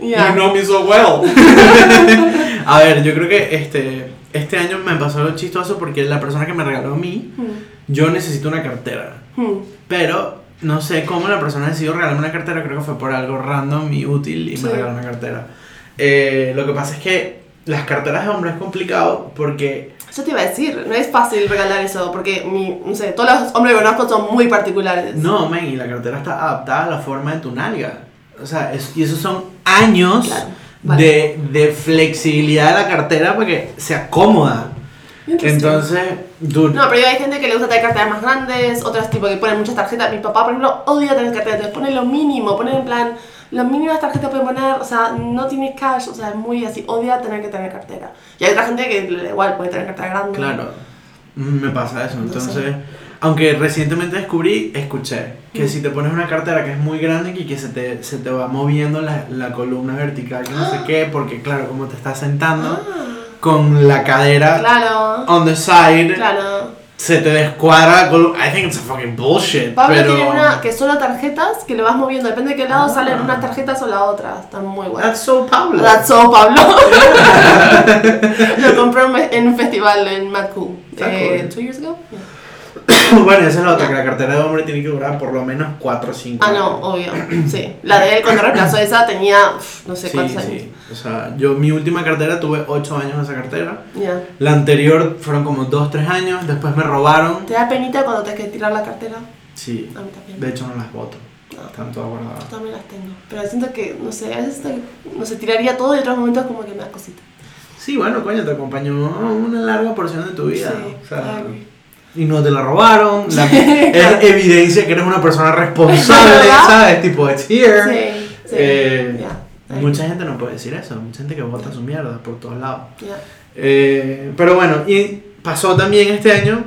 B: yeah.
C: You know me so well. a ver, yo creo que este, este año me pasó algo chistoso porque la persona que me regaló a mí, yo necesito una cartera.
B: Hmm.
C: Pero no sé cómo la persona decidió regalarme una cartera, creo que fue por algo random y útil y
B: Sí.
C: me regaló una cartera. Eh, lo que pasa es que las carteras de hombre es complicado porque
B: Yo te iba a decir, no es fácil regalar eso, porque mi, no sé, todos los hombres que conozco son muy particulares.
C: no, men, y la cartera está adaptada a la forma de tu nalga. O sea, es- y esos son años
B: Claro, vale.
C: de, de flexibilidad de la cartera para que se acomoda.
B: Interesting.
C: Entonces, dude,
B: No, pero hay gente que le gusta tener carteras más grandes, otras tipo que ponen muchas tarjetas. Mi papá, por ejemplo, odia tener carteras, entonces pone lo mínimo, pone en plan, las mínimas tarjetas pueden poner, o sea, no tiene cash, o sea, es muy así, odia tener que tener cartera. Y hay otra gente que le da igual puede tener cartera grande.
C: Claro, me pasa eso.
B: Entonces-
C: Entonces, aunque recientemente descubrí, escuché que si te pones una cartera que es muy grande y que se te, se te va moviendo la, la columna vertical, que no sé qué, porque claro, como te estás sentando
B: Ah,
C: con la cadera
B: claro,
C: on the side,
B: claro.
C: se te descuadra. la columna. I think it's a fucking bullshit.
B: Pablo
C: pero
B: tiene una que solo tarjetas, que le vas moviendo, depende de qué lado
C: Ah.
B: salen unas tarjetas o la otra, están muy buenas.
C: That's so Pablo.
B: That's so, Pablo. lo compré en un- en un festival en Macu,
C: Está
B: eh,
C: Ah, cool.
B: two years ago. Yeah.
C: bueno, esa es la otra, que la cartera de hombre tiene que durar por lo menos 4 o 5
B: Ah, no, obvio. Sí. La de él cuando reemplazó esa tenía uf, no sé
C: Sí,
B: cuántos años.
C: sí. O sea, yo mi última cartera tuve 8 años en esa cartera.
B: Ya.
C: La anterior fueron como 2-3 años, después me robaron.
B: ¿Te da penita cuando te que tirar la cartera?
C: Sí,
B: A mí también.
C: de hecho no las voto. Están todas
B: Yo
C: guardadas.
B: también las tengo. Pero siento que, no sé, a veces siento que, no sé, tiraría todo y otros momentos como que me da cosita.
C: Sí, bueno, coño, te acompañó una larga porción de tu vida.
B: Sí,
C: o sea,
B: agree.
C: y no te la robaron. la- es
B: claro.
C: evidencia que eres una persona responsable,
B: ¿Verdad?
C: ¿sabes? Tipo, it's here.
B: Sí, sí.
C: Eh,
B: ya.
C: Mucha gente no puede decir eso, mucha gente que vota su mierda por todos lados.
B: Ya.
C: Eh, pero bueno, y pasó también este año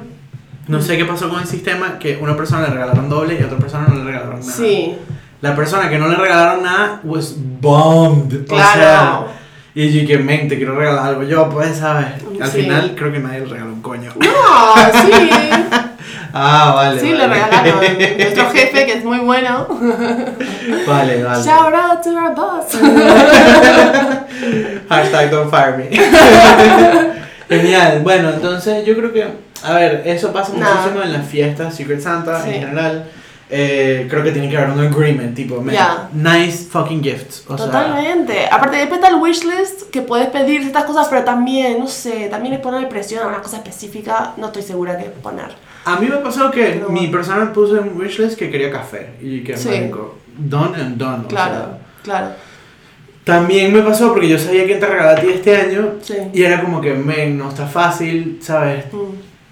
C: No sé qué pasó con el sistema que una persona le regalaron doble y a otra persona no le regalaron nada.
B: Sí.
C: La persona que no le regalaron nada was bombed. O
B: Claro.
C: sea, y yo que men, te quiero regalar algo yo, pues, ¿sabes? Al
B: Sí.
C: final creo que nadie le regaló un coño.
B: No, sí.
C: Ah, vale.
B: Sí,
C: vale.
B: le regalaron. Nuestro jefe, que es muy bueno.
C: Vale, vale.
B: Shout out to our boss.
C: Hashtag don't fire me. Genial. Bueno, entonces yo creo que, a ver, eso pasa
B: Nada.
C: muchísimo en las fiestas Secret Santa
B: Sí.
C: en general. Eh, creo que tiene que haber un agreement, tipo, man,
B: Ya. eh.
C: nice fucking gifts. O sea,
B: Totalmente. Aparte, después está el wishlist que puedes pedir estas cosas, pero también, no sé, también es ponerle presión a una cosa específica. No estoy segura qué poner.
C: a mí me pasó que
B: Pero
C: mi
B: bueno.
C: persona puso en wishlist que quería café y que
B: Sí.
C: marico, done and done. o
B: Claro,
C: sea.
B: claro.
C: también me pasó porque yo sabía quién te regalaba a ti este año
B: Sí.
C: y era como que, men, no está fácil, ¿sabes?
B: Mm.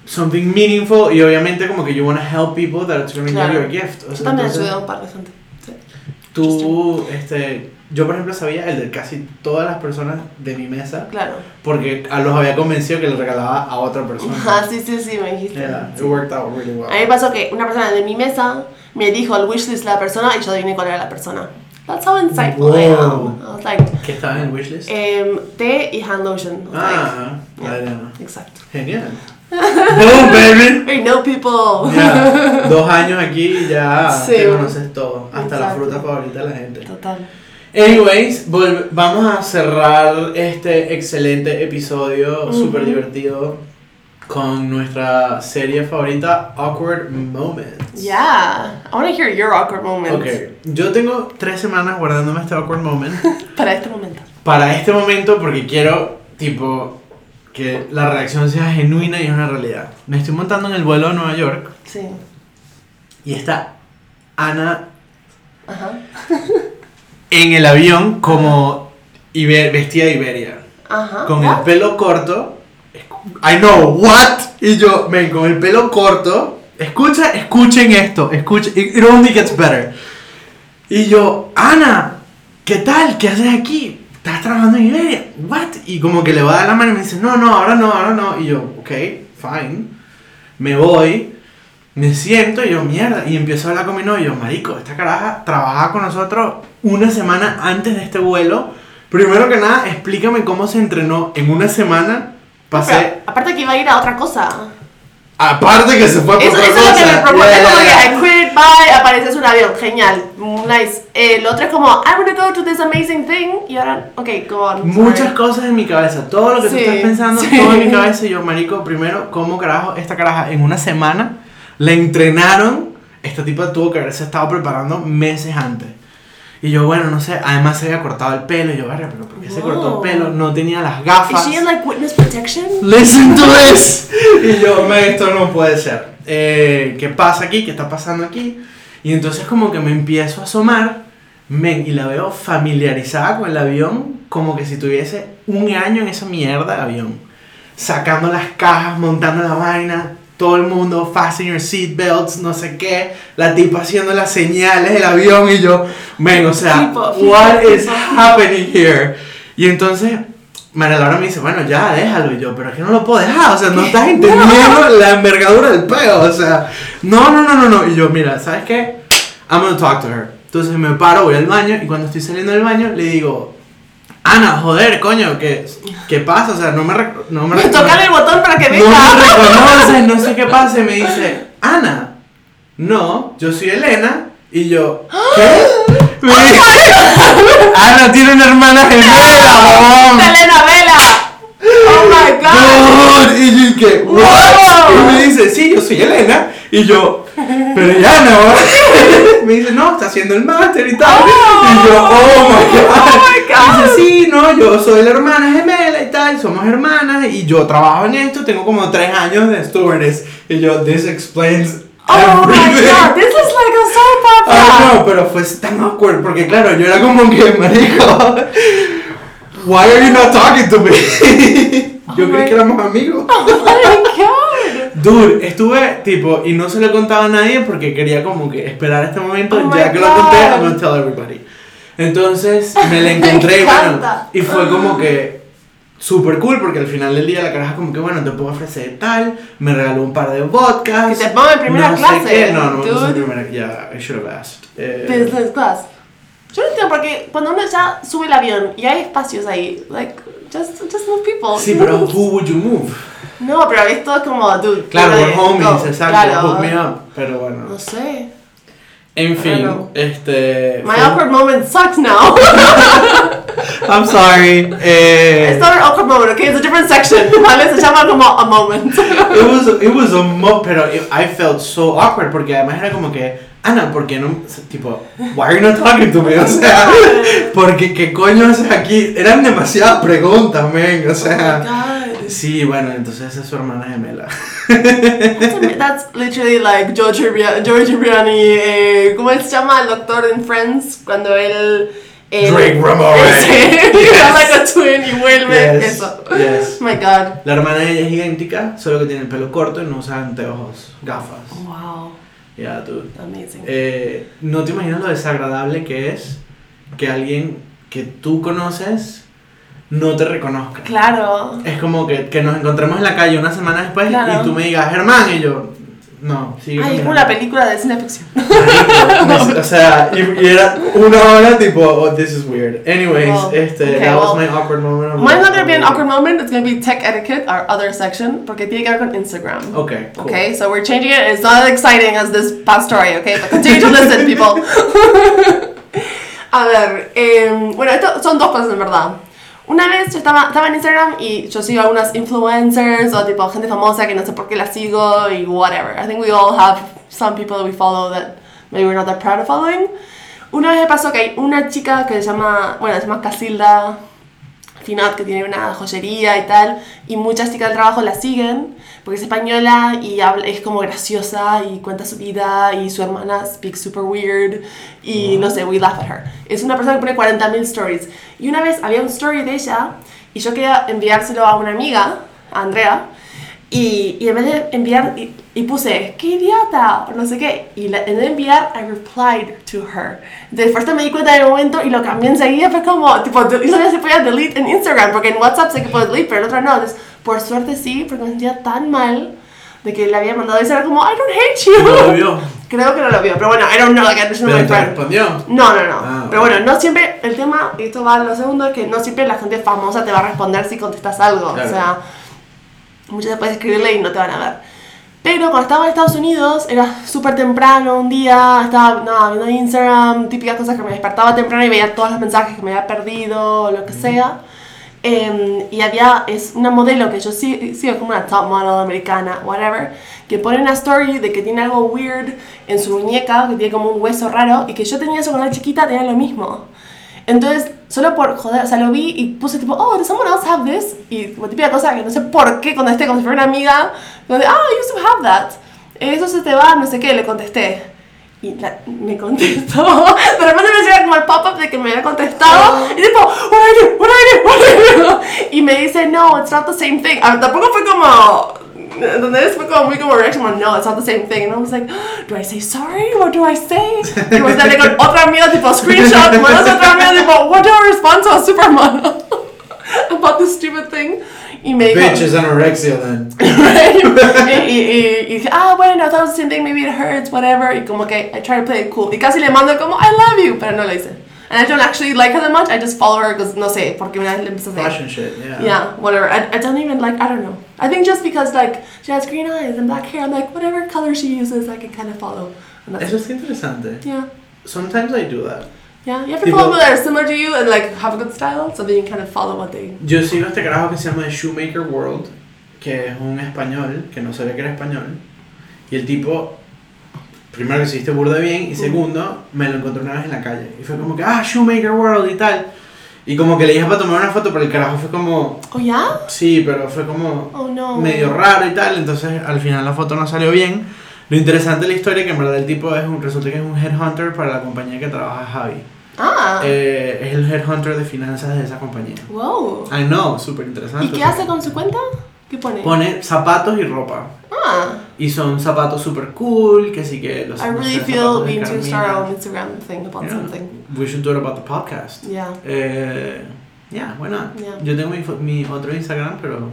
C: something meaningful y obviamente como que you want to help people that's gonna
B: Claro.
C: get your gift. O
B: Yo
C: sea,
B: también
C: entonces,
B: ayudé a un par de gente. Sí.
C: tú, este, yo por ejemplo sabía el de casi todas las personas de mi mesa
B: Claro.
C: porque a los había convencido que le regalaba a otra persona.
B: Ah, sí, sí, sí, me dijiste.
C: Yeah, it
B: Sí.
C: worked out really well.
B: A mí me pasó que una persona de mi mesa me dijo el wishlist de la persona y yo adiviné cuál era la persona. That's how insightful I am. I was like,
C: ¿Qué estaba en el wishlist?
B: em, té y hand lotion. I was
C: ah,
B: like,
C: Adriana.
B: yeah, exacto.
C: Genial. Boom, baby.
B: We know people.
C: Ya, dos años aquí y ya
B: Sí.
C: te conoces todo, hasta la
B: Exacto.
C: fruta favorita de la gente.
B: Total.
C: Anyways, volve- vamos a cerrar este excelente episodio
B: Ujú.
C: súper divertido con nuestra serie favorita, Awkward Moments.
B: Yeah. I want to hear your awkward moment.
C: Ok, yo tengo tres semanas guardándome este Awkward Moment
B: Para este momento.
C: para este momento porque quiero, tipo, que la reacción sea genuina y es una realidad. Me estoy montando en el vuelo a Nueva York
B: Sí.
C: y está Ana
B: Ajá.
C: en el avión como Iber- vestida de Iberia.
B: Ajá. Ah,
C: con el
B: What?
C: pelo corto. I know, what? Y yo, men, con el pelo corto. Escucha, escuchen esto. Escuchen, it, it only gets better. Y yo, Ana, ¿qué tal? ¿Qué haces aquí? ¿Estás trabajando en Iberia? What? Y como que le va a dar la mano y me dice, no, no, ahora no, ahora no. Y yo, ok, fine. Me voy, me siento y yo, mierda. Y empiezo a hablar con mi novio, marico, esta caraja trabajaba con nosotros una semana antes de este vuelo. Primero que nada, explícame cómo se entrenó en una semana. Pasé.
B: Pero, aparte que iba a ir a otra cosa.
C: Aparte que se fue por
B: Eso,
C: otra
B: eso es lo que
C: cosa.
B: me propone.
C: Yeah.
B: Es como que I quit, bye, apareces un avión. Genial. Nice. El otro es como, I want to go to this amazing thing. Y ahora, ok, go on.
C: Muchas
B: sorry.
C: cosas en mi cabeza, todo lo que tú
B: Sí,
C: estás pensando,
B: sí.
C: todo en mi cabeza. Y yo, marico, primero, ¿cómo carajo esta caraja en una semana la entrenaron? Esta tipa tuvo que haberse estado preparando meses antes. Y yo, bueno, no sé, además se había cortado el pelo. Y yo, verga, pero ¿por qué se cortó
B: Wow.
C: el pelo? No tenía las
B: Is
C: gafas.
B: she in like witness protection?
C: Listen to this. Y yo, "Man, esto no puede ser. Eh, ¿Qué pasa aquí? ¿Qué está pasando aquí? Y entonces como que me empiezo a asomar, men, y la veo familiarizada con el avión, como que si tuviese un año en esa mierda de avión. Sacando las cajas, montando la vaina, todo el mundo, fasten your seatbelts, no sé qué, la tipa haciendo las señales del avión y yo, men, o sea,
B: Tipo, tipo,
C: what is
B: tipo.
C: happening here? Y entonces María Laura me dice, bueno, ya déjalo. Y yo, pero es que no lo puedo dejar. O sea, no estás entendiendo la envergadura del peo. O sea, no, no, no, no, no. Y yo, mira, ¿sabes qué? I'm gonna talk to her. Entonces me paro, voy al baño. Y cuando estoy saliendo del baño, le digo, Ana, joder, coño, ¿qué, qué pasa? O sea, no me, rec- no me recono-
B: Tocar el botón para
C: no
B: que
C: me
B: venga.
C: reconoces, no sé qué pasa. Y me dice, Ana, no, yo soy Elena. Y yo, ¿qué? Me dice, Ana tiene una hermana gemela, huevón.
B: Selena Vela. Oh my god.
C: Dude, Y yo dije, ¿what?
B: Wow.
C: Y me dice, sí, yo soy Elena. Y yo, pero ya no. me dice, no, está haciendo el máster y tal. Y yo, oh my god.
B: Oh my
C: Y dice, sí, no, yo soy la hermana gemela y tal, somos hermanas. Y yo trabajo en esto, tengo como tres años de stewardess. Y yo, this explains
B: Oh my
C: everything.
B: god. This is like a soap
C: Ah,
B: opera.
C: no, pero fue tan awkward porque claro, yo era como que marico. Why are you not talking to me? yo
B: Oh
C: creí
B: my-
C: que éramos amigos.
B: Oh my god.
C: Dude, estuve tipo y no se lo he contado a nadie porque quería como que esperar este momento.
B: Oh my
C: ya que lo
B: God.
C: conté, I'm gonna tell everybody. Entonces me la encontré
B: Me
C: y bueno,
B: encanta.
C: y fue como que Súper cool, porque al final del día la caraja como que, bueno, te puedo ofrecer tal, me regaló un par de vodkas.
B: Que te pongo en primera
C: no
B: clase,
C: Sé qué. No, no, no,
B: dude.
C: en primera Ya, I should have asked. Eh,
B: Business class. Yo no entiendo porque cuando uno ya sube el avión y hay espacios ahí, like, just, just move people.
C: sí, pero who would you move?
B: No, pero esto es como, dude.
C: Claro,
B: brother,
C: we're homies,
B: go.
C: exacto,
B: Claro.
C: hook me up. Pero bueno.
B: No sé.
C: En fin,
B: Claro.
C: este.
B: My
C: fue-
B: awkward moment sucks now.
C: I'm sorry. Eh,
B: It's not an awkward moment, okay? It's a different section. ¿Vale? Se llama como a moment. Oh
C: It was, it was a mo pero it- I felt so awkward porque además era como que, Ana, ¿por qué no? Tipo, why are you not talking to me? O sea, porque qué coño haces aquí? Eran demasiadas preguntas, men, o sea.
B: God.
C: Sí, bueno, entonces esa es su hermana gemela.
B: That's, ama- that's literally like George Ribia- George Riani, eh, ¿cómo se llama el doctor en Friends? Cuando él... eh,
C: Drake Ramone.
B: Sí,
C: Yes.
B: like a twin y vuelve.
C: Yes,
B: Eso. Oh
C: yes.
B: My God.
C: La hermana de ella es idéntica, solo que tiene el pelo corto y no usa anteojos, gafas.
B: Wow.
C: Ya, tú.
B: Amazing.
C: Eh, no te imaginas lo desagradable que es que alguien que tú conoces no te reconozca.
B: Claro.
C: Es como que, que nos encontremos en la calle una semana después
B: Claro.
C: y tú me digas, Germán, y yo, no, sigue.
B: Ay, es
C: caminando".
B: como la película de cine ficción.
C: Marico, me- o sea, y, y era una hora tipo, oh, this is weird. Anyways,
B: Wow.
C: este,
B: Okay,
C: that was
B: well,
C: my awkward moment. of-
B: Mine's not gonna be an awkward moment. It's gonna be tech etiquette, our other section, porque tiene que ver con Instagram.
C: Okay, cool.
B: Okay, so we're changing it. It's not as exciting as this past story, okay? But continue to listen, people. A ver, em, bueno, esto son dos cosas en verdad. Una vez yo estaba, estaba en Instagram y yo sigo algunas influencers o tipo gente famosa que no sé por qué la sigo y whatever. I think we all have some people that we follow that maybe we're not that proud of following. Una vez me pasó que hay una chica que se llama, bueno, se llama Casilda Finot, que tiene una joyería y tal, y muchas chicas del trabajo la siguen, porque es española y habla, es como graciosa y cuenta su vida, y su hermana speaks super weird, y no sé, we laugh at her. Es una persona que pone 40.000 stories. Y una vez había un story de ella, y yo quería enviárselo a una amiga, a Andrea, y, y en vez de enviar, y, y puse, ¡qué idiota! O no sé qué. Y la, en vez de enviar, I replied to her. De first me di cuenta del momento y lo cambié enseguida. Fue como, tipo, de- y todavía se podía delete en Instagram, porque en WhatsApp sé que puedo delete, pero en otra no. Entonces, por suerte sí, porque me sentía tan mal de que le había mandado eso. Era como, I don't hate you.
C: No lo vio,
B: Creo que no lo vio, pero bueno, I don't know, like, I just know my
C: pero te
B: friend.
C: respondió.
B: No, no, no.
C: Ah,
B: Pero
C: bueno.
B: bueno, no siempre, el tema, y esto va a lo segundo, es que no siempre la gente famosa te va a responder si contestas algo.
C: Claro.
B: O sea, muchas veces puedes escribirle y no te van a ver. Pero cuando estaba en Estados Unidos, era súper temprano un día, estaba nada, viendo Instagram, típicas cosas que me despertaba temprano y veía todos los mensajes que me había perdido o lo que sea. Em, y había, es una modelo que yo sí sigo como una top model americana, whatever, que pone una story de que tiene algo weird en su muñeca, que tiene como un hueso raro, y que yo tenía eso cuando era chiquita, tenía lo mismo. Entonces, solo por joder, o sea, lo vi y puse tipo, oh, does someone else have this? Y tipo, típica cosa que no sé por qué contesté como si fuera una amiga, donde, ah, I used to have that. Eso se te va, no sé qué, le contesté. Y la- me contestó. De repente me llega como el pop-up de que me había contestado. Y tipo, what I do, what I do, what I do. Y me dice, no, it's not the same thing. Ah, tampoco fue como. ¿Entendés? Fue como muy como reaction, como, no, it's not the same thing. And I was like, "Ah, do I say sorry? What do I say? Y me sale con otra amiga, tipo, screenshot, mandas otra amiga, tipo, what do I respond to a supermodel about this stupid thing? Y me dijo,
C: Bitch is anorexia then.
B: Right? y, y, y dije, ah, bueno, that was the same thing, maybe it hurts, whatever. Y como que I try to play it cool. Y casi le mando como, I love you, pero no lo hice. And I don't actually like her that much, I just follow her because, no sé, porque una vez le empecé a seguir.
C: Fashion shit, yeah.
B: Yeah, whatever. I, I don't even like, I don't know. I think just because, like, she has green eyes and black hair, I'm like, whatever color she uses, I can kind of follow. And that's
C: Eso es interesante.
B: Yeah.
C: Sometimes I do that.
B: Yeah, you have to
C: Tipo-
B: follow people that are similar to you and like have a good style, so that you can kind of follow what they.
C: Yo sigo este carajo que se llama The Shoemaker World, que es un español, que no sabía que era español. Y el tipo, primero que se viste burda bien, y segundo, me lo encontré una vez en la calle. Y fue como que, ah, Shoemaker World y tal. Y como que le dije para tomar una foto, pero el carajo fue como,
B: Oh yeah?
C: sí, pero fue como
B: Oh no.
C: medio raro y tal. Entonces al final la foto no salió bien. Lo interesante de la historia es que en verdad el tipo es un, resulta que es un headhunter para la compañía que trabaja Javi.
B: Ah.
C: Eh, es el headhunter de finanzas de esa compañía.
B: wow.
C: I know, súper interesante.
B: ¿Y qué hace con su cuenta? ¿Qué pone?
C: Ah, Pone zapatos y ropa.
B: ah.
C: Y son zapatos super cool, que sí que los...
B: I
C: no
B: really
C: sé,
B: feel
C: zapatos de
B: we need to start our
C: Carmina.
B: own Instagram thing about
C: Yeah.
B: something.
C: We should do it about the podcast.
B: Yeah.
C: Eh, Yeah, why not?
B: Yeah.
C: Yo tengo mi, fo- mi otro Instagram, pero.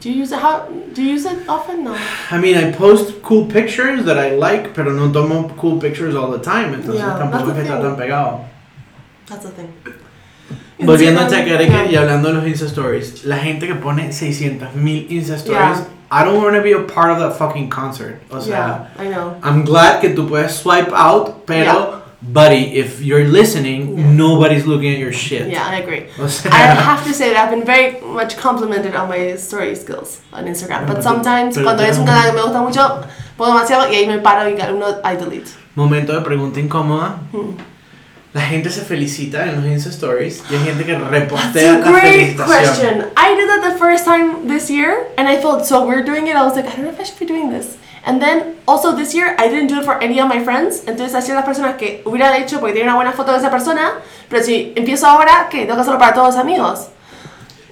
B: Do you use it? How do you use it often? No.
C: I mean, I post cool pictures that I like, pero no tomo cool pictures all the time, entonces
B: Yeah,
C: tampoco
B: that's
C: es que
B: the
C: está
B: thing.
C: tan pegado.
B: That's the thing.
C: Volviendo a
B: Instagram,
C: checar
B: yeah.
C: y hablando de los Insta Stories, la gente que pone 600.000 Insta Stories,
B: Yeah.
C: I don't want to be a part of that fucking concert. O
B: uh,
C: sea,
B: yeah, I know.
C: I'm glad que tú puedes swipe out, pero,
B: Yeah.
C: buddy, if you're listening,
B: Yeah.
C: nobody's looking at your shit.
B: Yeah, I agree.
C: O sea,
B: I have to say that I've been very much complimented on my story skills on Instagram.
C: Pero-
B: But sometimes,
C: pero-
B: cuando es un canal que me gusta mucho, pongo demasiado y ahí me paro y uno I delete.
C: momento de pregunta incómoda.
B: Hmm.
C: La gente se felicita en los Insta Stories y hay gente que repostea
B: That's a
C: la
B: great
C: felicitación.
B: question. I did that the first time this year, and I felt so weird doing it. I was like, I don't know if I should be doing this. And then also this year, I didn't do it for any of my friends. Entonces, a ciertas personas que hubieran hecho porque tienen una buena foto de esa persona, pero si empiezo ahora, que tengo que hacerlo para todos los amigos.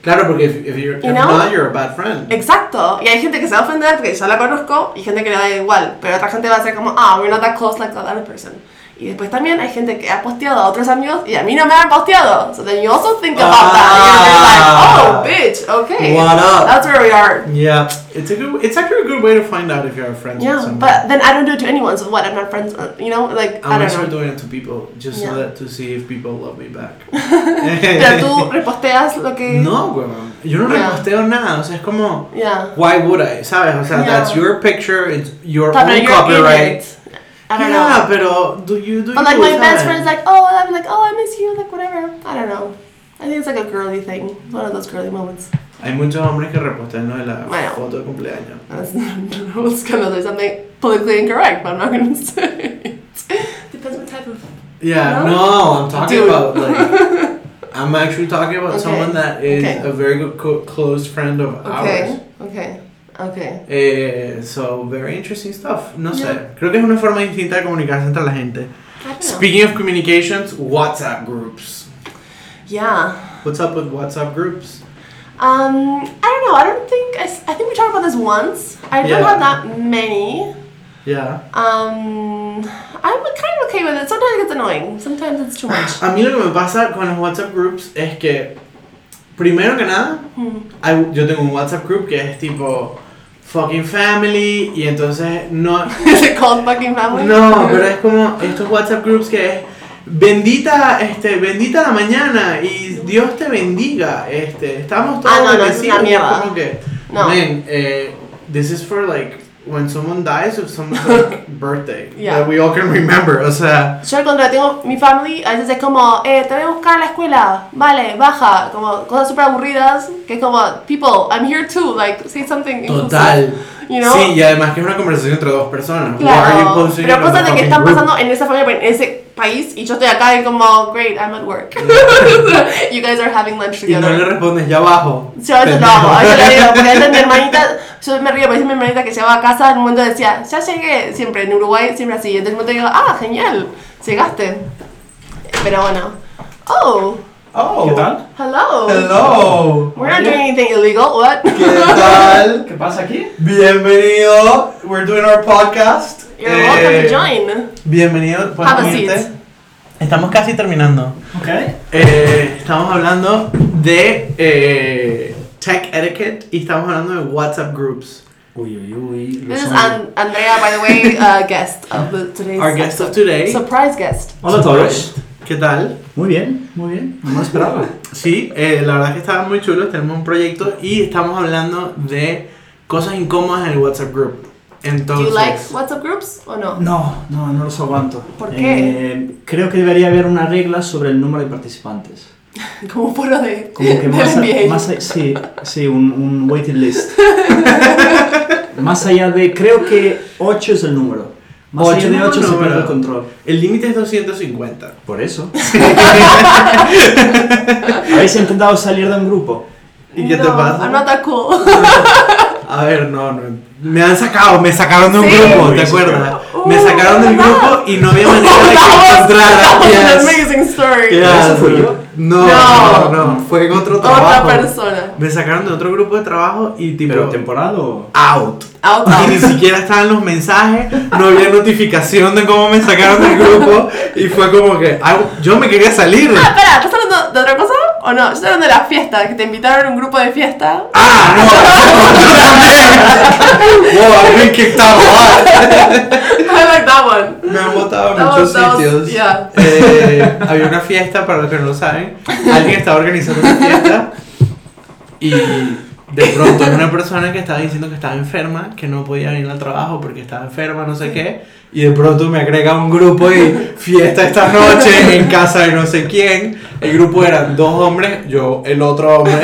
C: Claro, porque if, if you're,
B: You
C: if
B: know?
C: not, you're a bad friend.
B: Exacto. Y hay gente que se va a ofender porque yo la conozco y gente que le da igual, pero otra gente va a ser como, ah, we're not that close like that other person. Y después también hay gente que ha posteado a otros amigos y a mí no me han posteado. So then you also think about
C: Ah.
B: that. And you're like, oh, bitch, okay.
C: What up?
B: That's where we are.
C: Yeah, it's a good. It's actually a good way to find out if you're friends with
B: Yeah,
C: someone.
B: but then I don't do it to anyone, so what? I'm not friends, uh, you know? Like, I
C: I'm
B: don't
C: actually
B: know.
C: doing it to people just
B: Yeah.
C: so that to see if people love me back.
B: Pero tú reposteas lo que.
C: no, weón. Yo no
B: Yeah.
C: reposteo nada. O sea, es como,
B: Yeah.
C: why would I? Sabes? O sea,
B: Yeah.
C: that's your picture. It's your
B: But
C: own
B: you're in
C: copyright.
B: it. I don't know.
C: yeah, pero do you do?
B: But like
C: you,
B: my
C: ¿sabes?
B: best friend's like, oh, and I'm like, oh, I miss you, like whatever. I don't know. I think it's like a girly thing, one of those girly moments.
C: Hay muchos hombres que repostean lo de la
B: Bueno.
C: foto de cumpleaños.
B: I was, I was gonna say something politically incorrect, but I'm not gonna say it. Depends what type of.
C: Yeah,
B: No?
C: no, I'm talking
B: Dude.
C: about like. I'm actually talking about
B: Okay.
C: someone that is
B: Okay.
C: a very good co- close friend of ours.
B: Okay, okay, okay.
C: Eh, so, very interesting stuff. No sé.
B: Yeah.
C: Creo que es una forma distinta de comunicarse entre la gente.
B: I don't know.
C: Speaking of communications, WhatsApp groups.
B: Yeah.
C: What's up with WhatsApp groups?
B: Um, I don't know. I don't think I. s- I think we talked about this once. I don't
C: Yeah.
B: have that many.
C: Yeah.
B: Um, I'm kind of okay with it. Sometimes it's annoying. Sometimes it's too much.
C: A mí lo que me pasa con los WhatsApp groups es que, primero que nada,
B: Hmm.
C: hay- yo tengo un WhatsApp group que es tipo fucking family y entonces no,
B: Is it called fucking family?
C: No, pero es como estos WhatsApp groups que es bendita, este, bendita la mañana y Dios te bendiga, este, estamos todos
B: Ah, no, no,
C: bendecidos.
B: es una mierda.
C: como que,
B: No.
C: man, eh, this is for like when someone dies of someone's like, birthday
B: Yeah.
C: that we all can remember, o sea,
B: Yo al contrario, tengo mi family, a veces es como, eh, te voy a buscar a la escuela, vale, baja, como cosas súper aburridas, que es como, people, I'm here too, like, say something. inclusive,
C: total.
B: You know?
C: Sí, y además que es una conversación entre dos personas. Why are you
B: claro.
C: posting it
B: Pero
C: on the
B: cosas de que
C: fucking
B: están
C: group?
B: pasando en esa familia, en ese país, y yo estoy acá y como, great, I'm at work. you guys are having lunch
C: Mm. Y no
B: together.
C: le respondes, ya abajo.
B: Sí, a veces lo hago, a veces lo digo, porque a veces mi hermanita, yo me río, porque veces mi hermanita que llegaba a casa, en un momento decía, ya llegué, siempre en Uruguay, siempre así, entonces en un momento digo, ah, genial, llegaste. Pero bueno, oh,
C: Oh,
A: ¿Qué tal?
B: hello.
C: Hello.
B: We're not doing anything illegal, what?
C: ¿Qué tal?
A: ¿Qué pasa aquí?
C: Bienvenido, we're doing our podcast.
B: You're
C: Eh,
B: welcome to join.
C: Bienvenido, puedes
B: Have a
C: unirte.
B: seat.
C: Estamos casi terminando.
A: Ok.
C: Eh, estamos hablando de eh, tech etiquette y estamos hablando de WhatsApp groups.
A: Uy, uy, uy. los
B: This is
A: hombres.
B: An- Andrea, by the way, uh, guest of the, today's
C: Our guest of
B: episode.
C: today.
B: Surprise guest.
A: Hola a todos.
C: ¿Qué tal?
A: Muy bien, muy bien. No me esperaba.
C: Sí, eh, la verdad es que estaban muy chulos. Tenemos un proyecto y estamos hablando de cosas incómodas en el WhatsApp group.
B: Do
C: Entonces,
B: you like WhatsApp groups or no?
A: No, no, no los aguanto.
B: ¿Por qué?
A: Eh, creo que debería haber una regla sobre el número de participantes.
B: Como foro de,
A: Como que
B: del
A: más, a-
B: NBA.
A: más a- sí, sí, un, un waiting list. más allá de, creo que 8 es el número. Más
C: Ocho
A: allá de
C: es el
A: 8 se
C: número.
A: pierde el control.
C: el límite es 250.
A: Por eso. Habéis intentado salir de un grupo.
C: ¿Y qué
B: no,
C: te pasa?
B: I'm not that cool.
C: A ver, no, no. Me han sacado, me sacaron de un
B: Sí.
C: grupo, ¿te
A: Sí, sí,
C: acuerdas?
B: claro.
C: me
B: Uh,
C: sacaron del
B: ¿verdad?
C: grupo y no había manera de
B: that was, that was
C: que
B: an
C: encontraras.
B: amazing story.
C: Yes.
A: ¿Eso fui yo?
C: No, no,
B: No.
C: no, fue en otro
B: Otra
C: trabajo.
B: persona.
C: me sacaron de otro grupo de trabajo y tipo
A: ¿Pero temporal o...?
C: out.
B: Out,
C: Y ni
B: out.
C: siquiera estaban los mensajes, no había notificación de cómo me sacaron del grupo y fue como que "Au, yo me quería salir.
B: Ah, espera, ¿estás hablando de otra cosa? ¿O O no, yo estoy hablando de las fiestas, que te invitaron a un grupo de fiesta.
C: ¡Ah, no! ¡No también! ¡Wow, I've been kicked out a lot.
B: I like that one.
C: Me han votado en
B: That
C: muchos
B: was- that was-
C: sitios.
B: yeah.
C: Eh, había una fiesta, para los que no lo saben. Alguien estaba organizando una fiesta y de pronto hay una persona que estaba diciendo que estaba enferma, que no podía venir al trabajo porque estaba enferma, no sé qué. Y de pronto me agrega un grupo y fiesta esta noche en casa de no sé quién. El grupo eran dos hombres, yo, el otro hombre,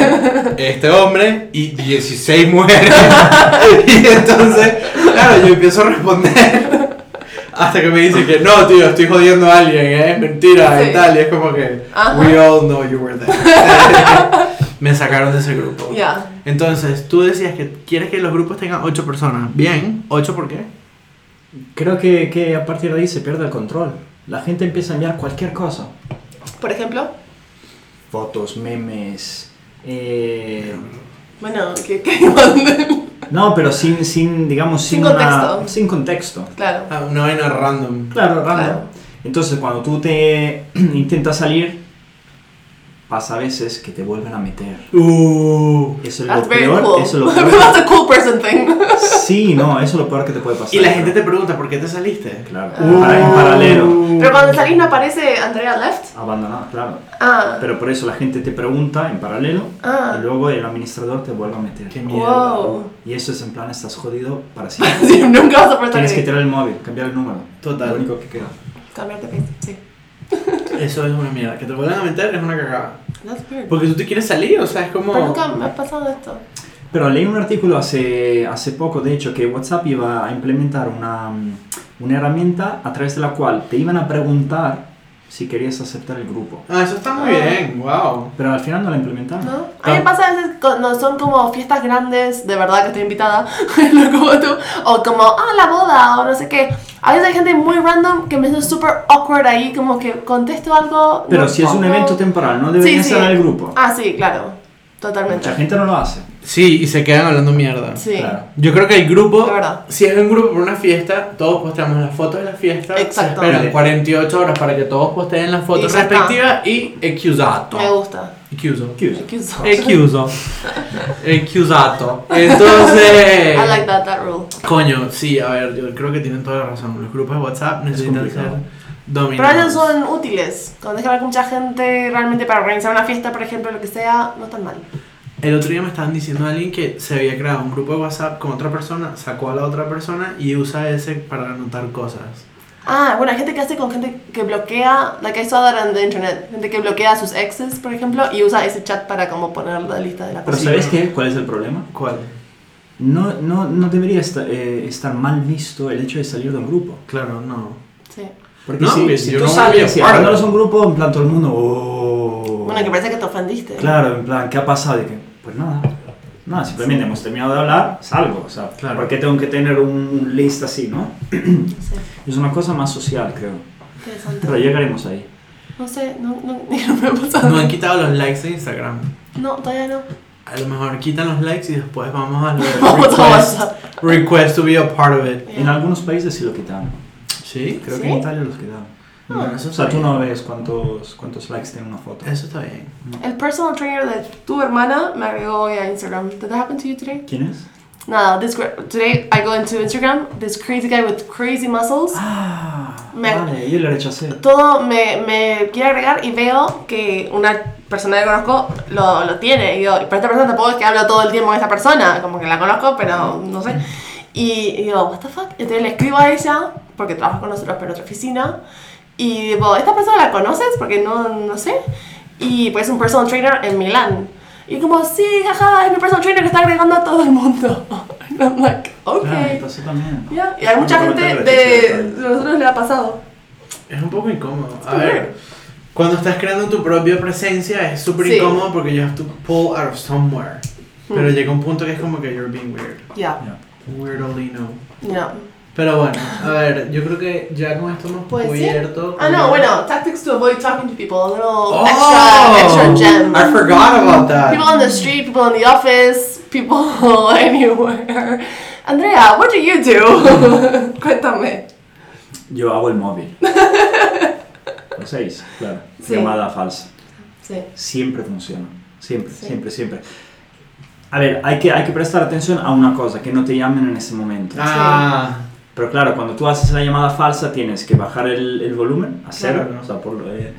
C: este hombre y 16 mujeres. Y entonces, claro, yo empiezo a responder. Hasta que me dice que no, tío, estoy jodiendo a alguien, ¿eh? Mentira
B: Sí.
C: y tal. Y es como que,
B: Ajá.
C: we all know you were there. me sacaron de ese grupo.
B: Yeah.
C: Entonces, tú decías que quieres que los grupos tengan 8 personas. Bien, ¿8 por qué?
A: Creo que, que a partir de ahí se pierde el control. La gente empieza a enviar cualquier cosa.
B: Por ejemplo.
A: Fotos, memes. eh,
B: Bueno, que, que manden.
A: no, pero sin, sin digamos,
B: Sin
A: sin, una-
B: contexto.
A: sin contexto.
B: Claro.
C: Ah, Una vaina random.
A: Claro, raro.
B: Claro.
A: Entonces, cuando tú te intentas salir, pasa a veces que te vuelven a meter.
C: Uh.
A: Eso es
B: That's
A: lo
B: very
A: peor.
B: cool.
A: Eso es lo peor.
B: That's a cool person thing.
A: Sí, no, eso es lo peor que te puede pasar.
C: Y la gente te Ah. pregunta, ¿por qué te saliste?
A: Claro,
B: Uh.
A: para- en paralelo.
B: Pero cuando salís no aparece Andrea Left.
A: Abandonado, claro.
B: Ah.
A: Pero por eso la gente te pregunta en paralelo
B: Ah.
A: y luego el administrador te vuelve a meter.
C: Qué mierda.
B: Wow.
A: Y eso es en plan, estás jodido para siempre.
B: Sí, nunca vas a poder
A: Tienes que
B: salir.
A: tirar el móvil, cambiar el número.
C: Total.
A: Lo único que queda.
B: Cambiarte de Facebook, sí.
C: Eso es una mierda. Que te vuelvan a meter es una cagada.
B: That's weird.
A: Pues,
C: Porque tú te quieres salir, o sea, es como...
B: Pero nunca me ha pasado esto.
A: Pero leí un artículo hace, hace poco, de hecho, que WhatsApp iba a implementar una, mm, una herramienta a través de la cual te iban a preguntar si querías aceptar el grupo.
C: Ah, eso está muy
B: Ah.
C: bien, wow.
A: Pero al final no la implementaron.
B: ¿No? A mí me
A: Claro.
B: pasa a veces cuando son como fiestas grandes, de verdad que estoy invitada, no como tú, o como, ah, la boda, o no sé qué. A veces hay gente muy random que me hace súper awkward ahí, como que contesto algo.
A: Pero
B: no-
A: si es un
B: no-
A: evento temporal, no deberías
B: sí.
A: estar en el grupo.
B: Ah, sí, claro,
A: Mucha
B: totalmente.
A: gente no lo hace.
C: Sí, y se quedan hablando mierda.
B: Sí,
A: Claro.
C: Yo creo que el grupo,
B: De verdad.
C: si es un grupo por una fiesta, todos posteamos las fotos de la fiesta.
B: Exacto.
C: Se esperan 48 horas para que todos posteen las
B: Y
C: fotos
B: ya está.
C: respectivas y
B: me
C: excusato.
B: gusta.
C: Excuso.
A: Excuse.
B: Thank you so
C: Excuso.
B: much.
C: Excusato. Entonces.
B: I like that, that rule.
C: Coño, sí, a ver, yo creo que tienen toda la razón. Los grupos de WhatsApp necesitan ser
A: complicado.
B: Pero a
C: dominados.
B: veces son útiles. Cuando es que hablar con mucha gente, realmente para organizar una fiesta, por ejemplo, lo que sea, no tan mal.
C: El otro día me estaban diciendo a alguien que se había creado un grupo de WhatsApp con otra persona, sacó a la otra persona y usa ese para anotar cosas.
B: Ah, bueno, hay gente que hace con gente que bloquea, like I saw that on the internet, gente que bloquea a sus exes, por ejemplo, y usa ese chat para como poner la lista de la
A: Pero
C: Sí,
A: ¿sabes
C: pero-
A: qué? ¿Cuál es el problema?
C: ¿Cuál?
A: No, no, no debería esta- eh, estar mal visto el hecho de salir de un grupo.
C: Claro, no.
B: Sí.
A: Porque
C: No,
A: si,
C: porque
A: si
C: yo
A: tú
C: no voy a
A: sales y
C: jugar.
A: abandonas un grupo, en plan todo el mundo... "Oh".
B: Bueno, que parece que te ofendiste.
A: Claro, en plan, ¿qué ha pasado? Y que, pues nada, nada, simplemente hemos terminado de hablar, salgo, o sea,
C: Claro.
A: ¿por qué tengo que tener un list así, no?
B: Sí,
A: Es una cosa más social, creo. Pero
B: interesante.
A: llegaremos ahí.
B: No sé, no, no, no me ha pasado.
C: No han quitado los likes de Instagram.
B: No, todavía no.
C: A lo mejor quitan los likes y después vamos a lo de
B: Vamos a
C: request,
B: WhatsApp.
C: request to be a part of it.
A: En algunos países sí lo quitaron,
C: Sí, creo
A: creo
B: ¿Sí?
A: que en Italia los quitaron.
C: Ah, eso
A: o sea,
C: está bien.
A: tú no ves cuántos, cuántos likes tiene una foto.
C: que eso está bien.
B: El personal trainer de tu hermana me agregó hoy a Instagram. Did that happen to you today?
A: ¿Quién es?
B: Nada, this gra- today I go into Instagram, this crazy guy with crazy muscles.
A: Ah,
B: Me-
A: vale, yo le rechacé.
B: todo me, me quiere agregar y veo que una persona que conozco lo, lo tiene. Y digo, pero esta persona tampoco es que hablo todo el tiempo con esta persona, como que la conozco, pero no sé. Y, y digo, what the fuck? Entonces le escribo a ella, porque trabaja con nosotros pero en otra oficina, y digo, ¿esta persona la conoces? Porque no, no sé. Y pues es un personal trainer en Milán. Y como, sí, jaja, es mi personal trainer que está agregando a todo el mundo. And I'm like, ok.
A: Claro, me pasó también.
B: Ya, Y hay mucha gente de, de nosotros le ha pasado.
C: Es un poco incómodo. A
B: Está
C: ver, cuando estás creando tu propia presencia es súper
B: Sí. Hmm.
C: incómodo porque you have to pull out of somewhere. Pero llega un punto que es como que you're being weird.
B: Ya,
A: Ya.
C: Weird only no.
B: Mm, ya.
C: Pero bueno, a ver, yo creo que ya con esto hemos
B: Pues sí.
C: cubierto.
B: Ah, no, bueno, tactics to avoid talking to people, a little
C: Oh,
B: extra, extra gem.
C: I forgot about that.
B: People on the street, people in the office, people anywhere. Andrea, what do you do? Cuéntame.
A: Yo hago el móvil. Lo seis, claro.
B: Sí.
A: Llamada falsa.
B: Sí.
A: siempre funciona. Siempre,
B: Sí.
A: siempre, siempre. A ver, hay que, hay que prestar atención a una cosa, que no te llamen en ese momento.
C: Ah,
A: Pero claro, cuando tú haces la llamada falsa tienes que bajar el, el volumen a cero,
C: Claro.
A: o sea, por lo- eh,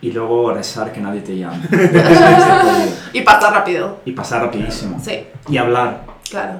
A: y luego rezar que nadie te llame. Eso está jodido.
B: Y pasa rápido.
A: y pasar rapidísimo.
B: Sí,
A: Y hablar.
B: claro.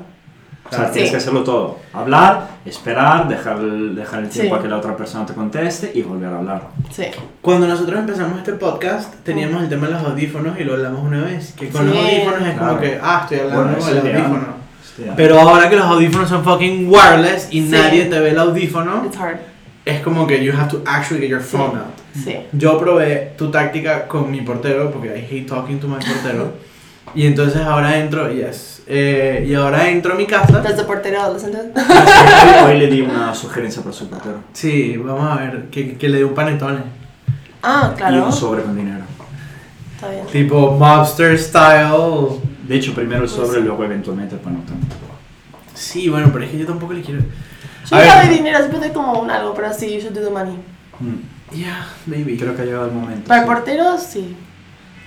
A: O sea,
C: Claro.
A: tienes
B: Sí.
A: que hacerlo todo. Hablar, esperar, dejar el, dejar el tiempo
B: Sí.
A: a que la otra persona te conteste y volver a hablar.
B: Sí.
C: Cuando nosotros empezamos este podcast, teníamos el tema de los audífonos y lo hablamos una vez. Que con los
B: Sí.
C: audífonos es
A: Claro.
C: como que, ah, estoy hablando
A: Bueno,
C: con
A: eso
C: el
A: es ideal.
C: audífono.
A: Hostia.
C: Pero ahora que los audífonos son fucking wireless y
B: Sí.
C: nadie te ve el audífono,
B: It's hard.
C: es como que you have to actually get your phone out.
B: Sí.
C: Yo probé tu táctica con mi portero, porque I hate talking to my portero. y entonces ahora entro, yes. Eh, y ahora entro a mi casa.
B: Desde portero adolescente.
A: Hoy- Hoy le di una sugerencia para su portero.
C: Sí, vamos a ver, que, que le dé un panetone.
B: Ah,
A: Y
B: claro.
A: un sobre con dinero.
B: Está bien.
C: Tipo mobster style.
A: De hecho, primero el sobre,
B: sí.
A: luego eventualmente el panotón.
C: Sí, bueno, pero es que yo tampoco le quiero.
B: Yo
C: A
B: nunca
C: ver.
B: doy dinero, siempre doy como un algo, pero sí, you should do the money.
A: Mm,
C: Yeah, maybe.
A: Y creo que ha llegado el momento.
B: Para
A: sí.
B: porteros, sí.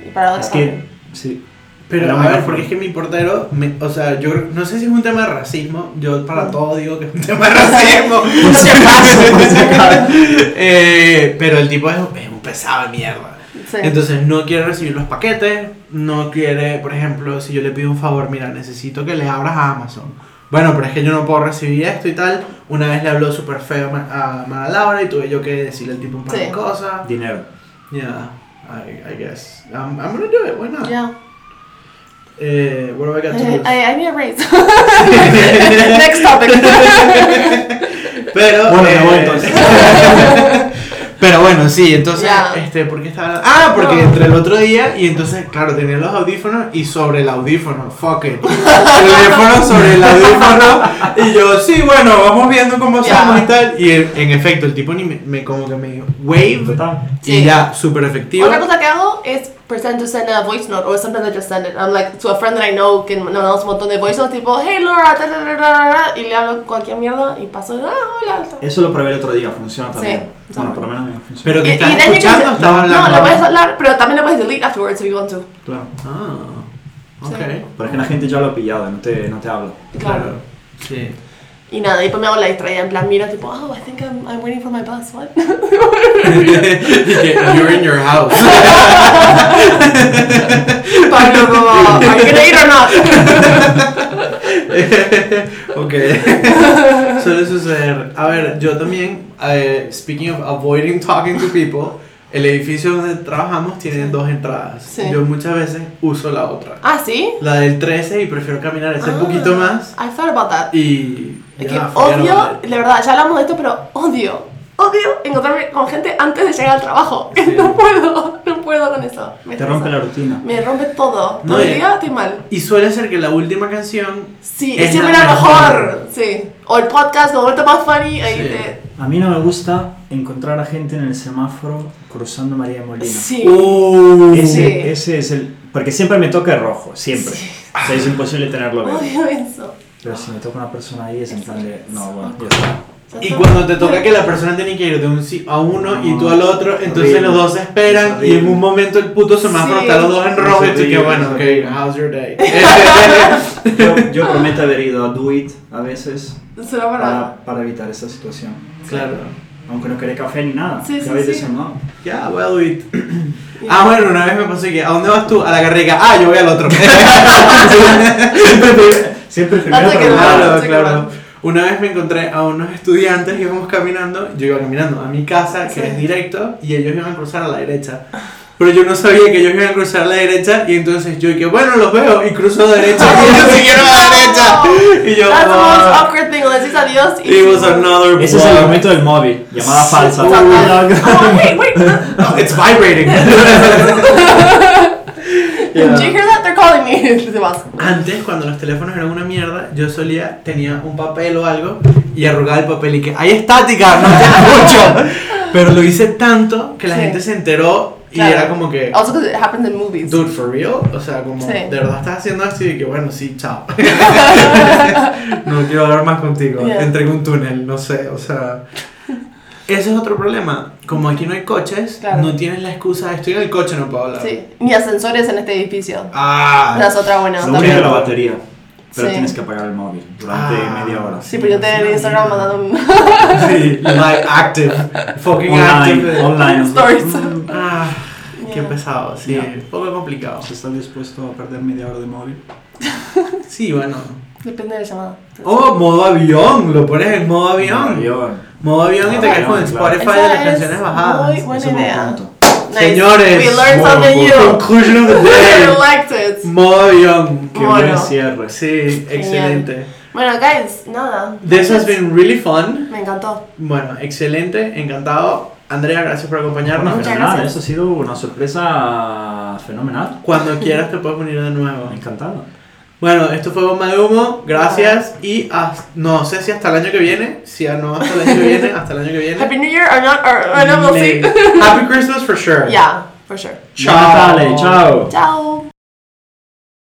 B: Y para
A: Es
B: adolescentes.
A: que, sí.
C: Pero
A: Era
C: a
A: muy
C: ver,
A: bajo.
C: porque es que mi portero, me- o sea, yo creo- no sé si es un tema de racismo, yo para
B: Mm.
C: todo digo que es un tema de racismo.
A: Por si acaso, por si acaso.
C: Eh, pero el tipo es, es un pesado de mierda.
B: Sí.
C: Entonces no quiere recibir los paquetes, no quiere, por ejemplo, si yo le pido un favor, mira, necesito que le abras a Amazon. Bueno, pero es que yo no puedo recibir esto y tal. Una vez le habló súper feo a Ma- a Mara Laura y tuve yo que decirle al tipo un par de
B: Sí.
C: cosas.
A: Dinero.
C: Yeah, I, I guess. I'm, I'm gonna do it, why not?
B: Yeah.
C: Eh, what do I got to
B: I,
C: lose?
B: I- I need a raise. Next topic.
C: Pero.
A: Bueno, me
C: eh,
A: voy entonces.
C: Pero bueno, sí, entonces,
B: Ya.
C: este, ¿por qué estaba hablando? Ah, porque
B: No.
C: entre el otro día y entonces, claro, tenía los audífonos y sobre el audífono, fuck it. El teléfono sobre el audífono y yo, sí, bueno, vamos viendo cómo
B: Ya.
C: somos y tal. Y en, en efecto, el tipo ni me, me- como que me wave
A: Total.
C: y
B: Sí.
C: ya, súper efectivo.
B: Otra cosa que hago es pretend to send a voice note, or sometimes I just send it. I'm like, to a friend that I know que me mandamos un montón de voice notes, tipo, hey Laura, ta, ta, ta, ta, ta", y le hablo cualquier mierda y paso, ah, hola.
A: Eso lo probé el otro día, funciona también.
B: Sí.
A: Bueno, por lo menos a mí me funciona.
C: Pero que
B: Y- y
C: estás
B: then you can-
C: escuchando, estás hablando.
B: No, lo puedes hablar, pero también lo puedes delete afterwards if you want to.
A: Claro.
C: Ah,
B: Sí.
C: ok.
A: Pero es que la gente ya lo ha pillado, no te, no te habla.
B: Claro.
C: Sí.
B: Y nada, y después me hago la distraída, en plan, mira, tipo, oh, I think I'm, I'm waiting for my bus, what?
C: You're in your house.
B: Pablo, como, are you gonna eat or not?
C: ok. Suele suceder. A ver, yo también, eh, speaking of avoiding talking to people, el edificio donde trabajamos tiene dos entradas.
B: Sí.
C: Yo muchas veces uso la otra.
B: ah, ¿sí?
C: La del 13 y prefiero caminar ese
B: Ah,
C: poquito más.
B: I thought about that.
C: Y...
B: Es que
C: Ah, ya, forget
B: odio,
C: about it.
B: de verdad, ya hablamos de esto, pero odio, odio encontrarme con gente antes de llegar al trabajo.
C: Sí.
B: No puedo, no puedo con eso. Me
A: Te
B: estresa.
A: rompe la rutina.
B: Me rompe todo.
C: No,
B: Todo el
C: eh.
B: día estoy mal.
C: Y suele ser que la última canción...
B: Sí,
C: Es
B: siempre
C: la
B: era
C: mejor.
B: mejor. Sí. O el podcast, o vuelta más funny, ahí
C: Sí.
B: te...
A: A mí no me gusta encontrar a gente en el semáforo cruzando María Molina.
B: Sí.
C: Uh,
B: Sí.
A: Ese, ese es el. Porque siempre me toca el rojo, siempre.
B: Sí.
A: O sea, es imposible tenerlo bien.
B: Odio eso.
A: Pero si me toca una persona ahí es en plan de. No, bueno, ya está.
B: Ya
C: Y
B: está.
C: cuando te toca que la persona tiene que ir de un si- a uno y tú al otro, entonces
A: Horrible.
C: los dos se esperan
A: Horrible.
C: y en un momento el puto semáforo
B: Sí.
C: está los dos en
A: Sí,
C: rojo
A: sí,
C: y tú que
A: horrible,
C: bueno, ok,
A: horrible.
C: how's your day?
A: Yo, yo prometo haber ido a Do It a veces
B: Se lo van
C: Ah.
B: a-
A: para, para evitar esa situación.
C: claro.
A: Aunque no quería café ni nada.
B: Sí,
A: ya
B: sí,
A: habéis
B: sí.
A: desarmado.
C: Ya, voy a do it. Ah, bueno, una vez me pasó que, ¿a dónde vas tú? A la carrega. Ah, yo voy al otro.
A: Siempre, prim- siempre primero
B: Hasta que
A: preguntar.
B: no.
C: claro,
B: sí,
C: claro.
B: claro.
C: Una vez me encontré a unos estudiantes que íbamos caminando, yo iba caminando a mi casa, que
B: Sí.
C: es directo, y ellos iban a cruzar a la derecha. Pero yo no sabía que ellos iban a cruzar a la derecha, y entonces yo dije, bueno, los veo, y cruzo a la derecha, y ellos siguieron a la derecha. Y yo,
B: That's the most
C: ah,
B: awkward thing, le decís adiós y...
C: it was another
A: Ese es el
C: block.
A: momento del móvil. Llamada falsa.
B: Total.
C: Uh,
B: Oh, wait, wait.
C: Oh, it's vibrating. Yeah.
B: Did you hear that? They're calling me. Te vas.
C: Antes, cuando los teléfonos eran una mierda, yo solía, tenía un papel o algo y arrugaba el papel y que ¡Hay estática! ¡No te escucho! Pero lo hice tanto que la
B: Sí.
C: gente se enteró y
B: Claro.
C: era como que
B: Also, 'cause it happens in movies.
C: Dude, for real? O sea, como
B: Sí.
C: de verdad estás haciendo así y que bueno, sí, chao No quiero hablar más contigo
B: Yeah.
C: Entré en un túnel, no sé, o sea Ese es otro problema. Como aquí no hay coches,
B: Claro.
C: no tienes la excusa de estoy en el coche, no puedo hablar.
B: Sí, ni ascensores en este edificio.
C: Ah,
B: Esa es otra buena.
A: Lo único
B: también.
A: la batería. Pero
B: Sí.
A: tienes que apagar el móvil durante
C: Ah.
A: media hora.
B: Sí, pero yo te en Instagram mandando un
C: sí, like active. Fucking
A: Online,
C: active.
A: online. Mm.
B: stories.
C: Ah, qué
B: Yeah.
C: pesado, sí.
A: Yeah.
C: Un poco complicado.
A: ¿Estás dispuesto a perder media hora de móvil?
C: Sí, bueno.
B: Depende de la llamada.
C: Oh, modo avión. Lo pones en modo avión.
A: Avión.
C: Modo avión y te quedas con
A: Avión, claro.
C: Spotify de
B: Esa
C: las
B: es
C: canciones bajadas.
B: muy Buena
A: Ese es un
B: idea.
A: punto.
B: Nice.
C: Señores,
B: we learned
A: bueno,
B: something
A: bueno.
B: new.
C: Conclusion of the
B: We
C: day.
B: liked it.
C: Modo avión.
A: Qué
B: Bueno.
A: buen cierre.
C: Sí, excelente.
B: Bueno, guys, nada.
C: This has been really fun.
B: Me encantó.
C: Bueno, excelente, encantado. Andrea, gracias por
A: Bueno,
C: acompañarnos.
B: Muchas
A: fenomenal,
B: gracias.
A: Eso ha sido una sorpresa fenomenal.
C: Cuando quieras te puedes venir de nuevo.
A: Encantado.
C: Bueno, esto fue Bomba de Humo, gracias y haz- no sé si hasta el año que viene, si no hasta el año que viene, hasta el año que viene.
B: Happy New Year or not, or, or no, we'll see.
C: Me- Happy Christmas for sure.
B: yeah, for sure.
C: Chao.
A: Natale, chao.
B: Ciao.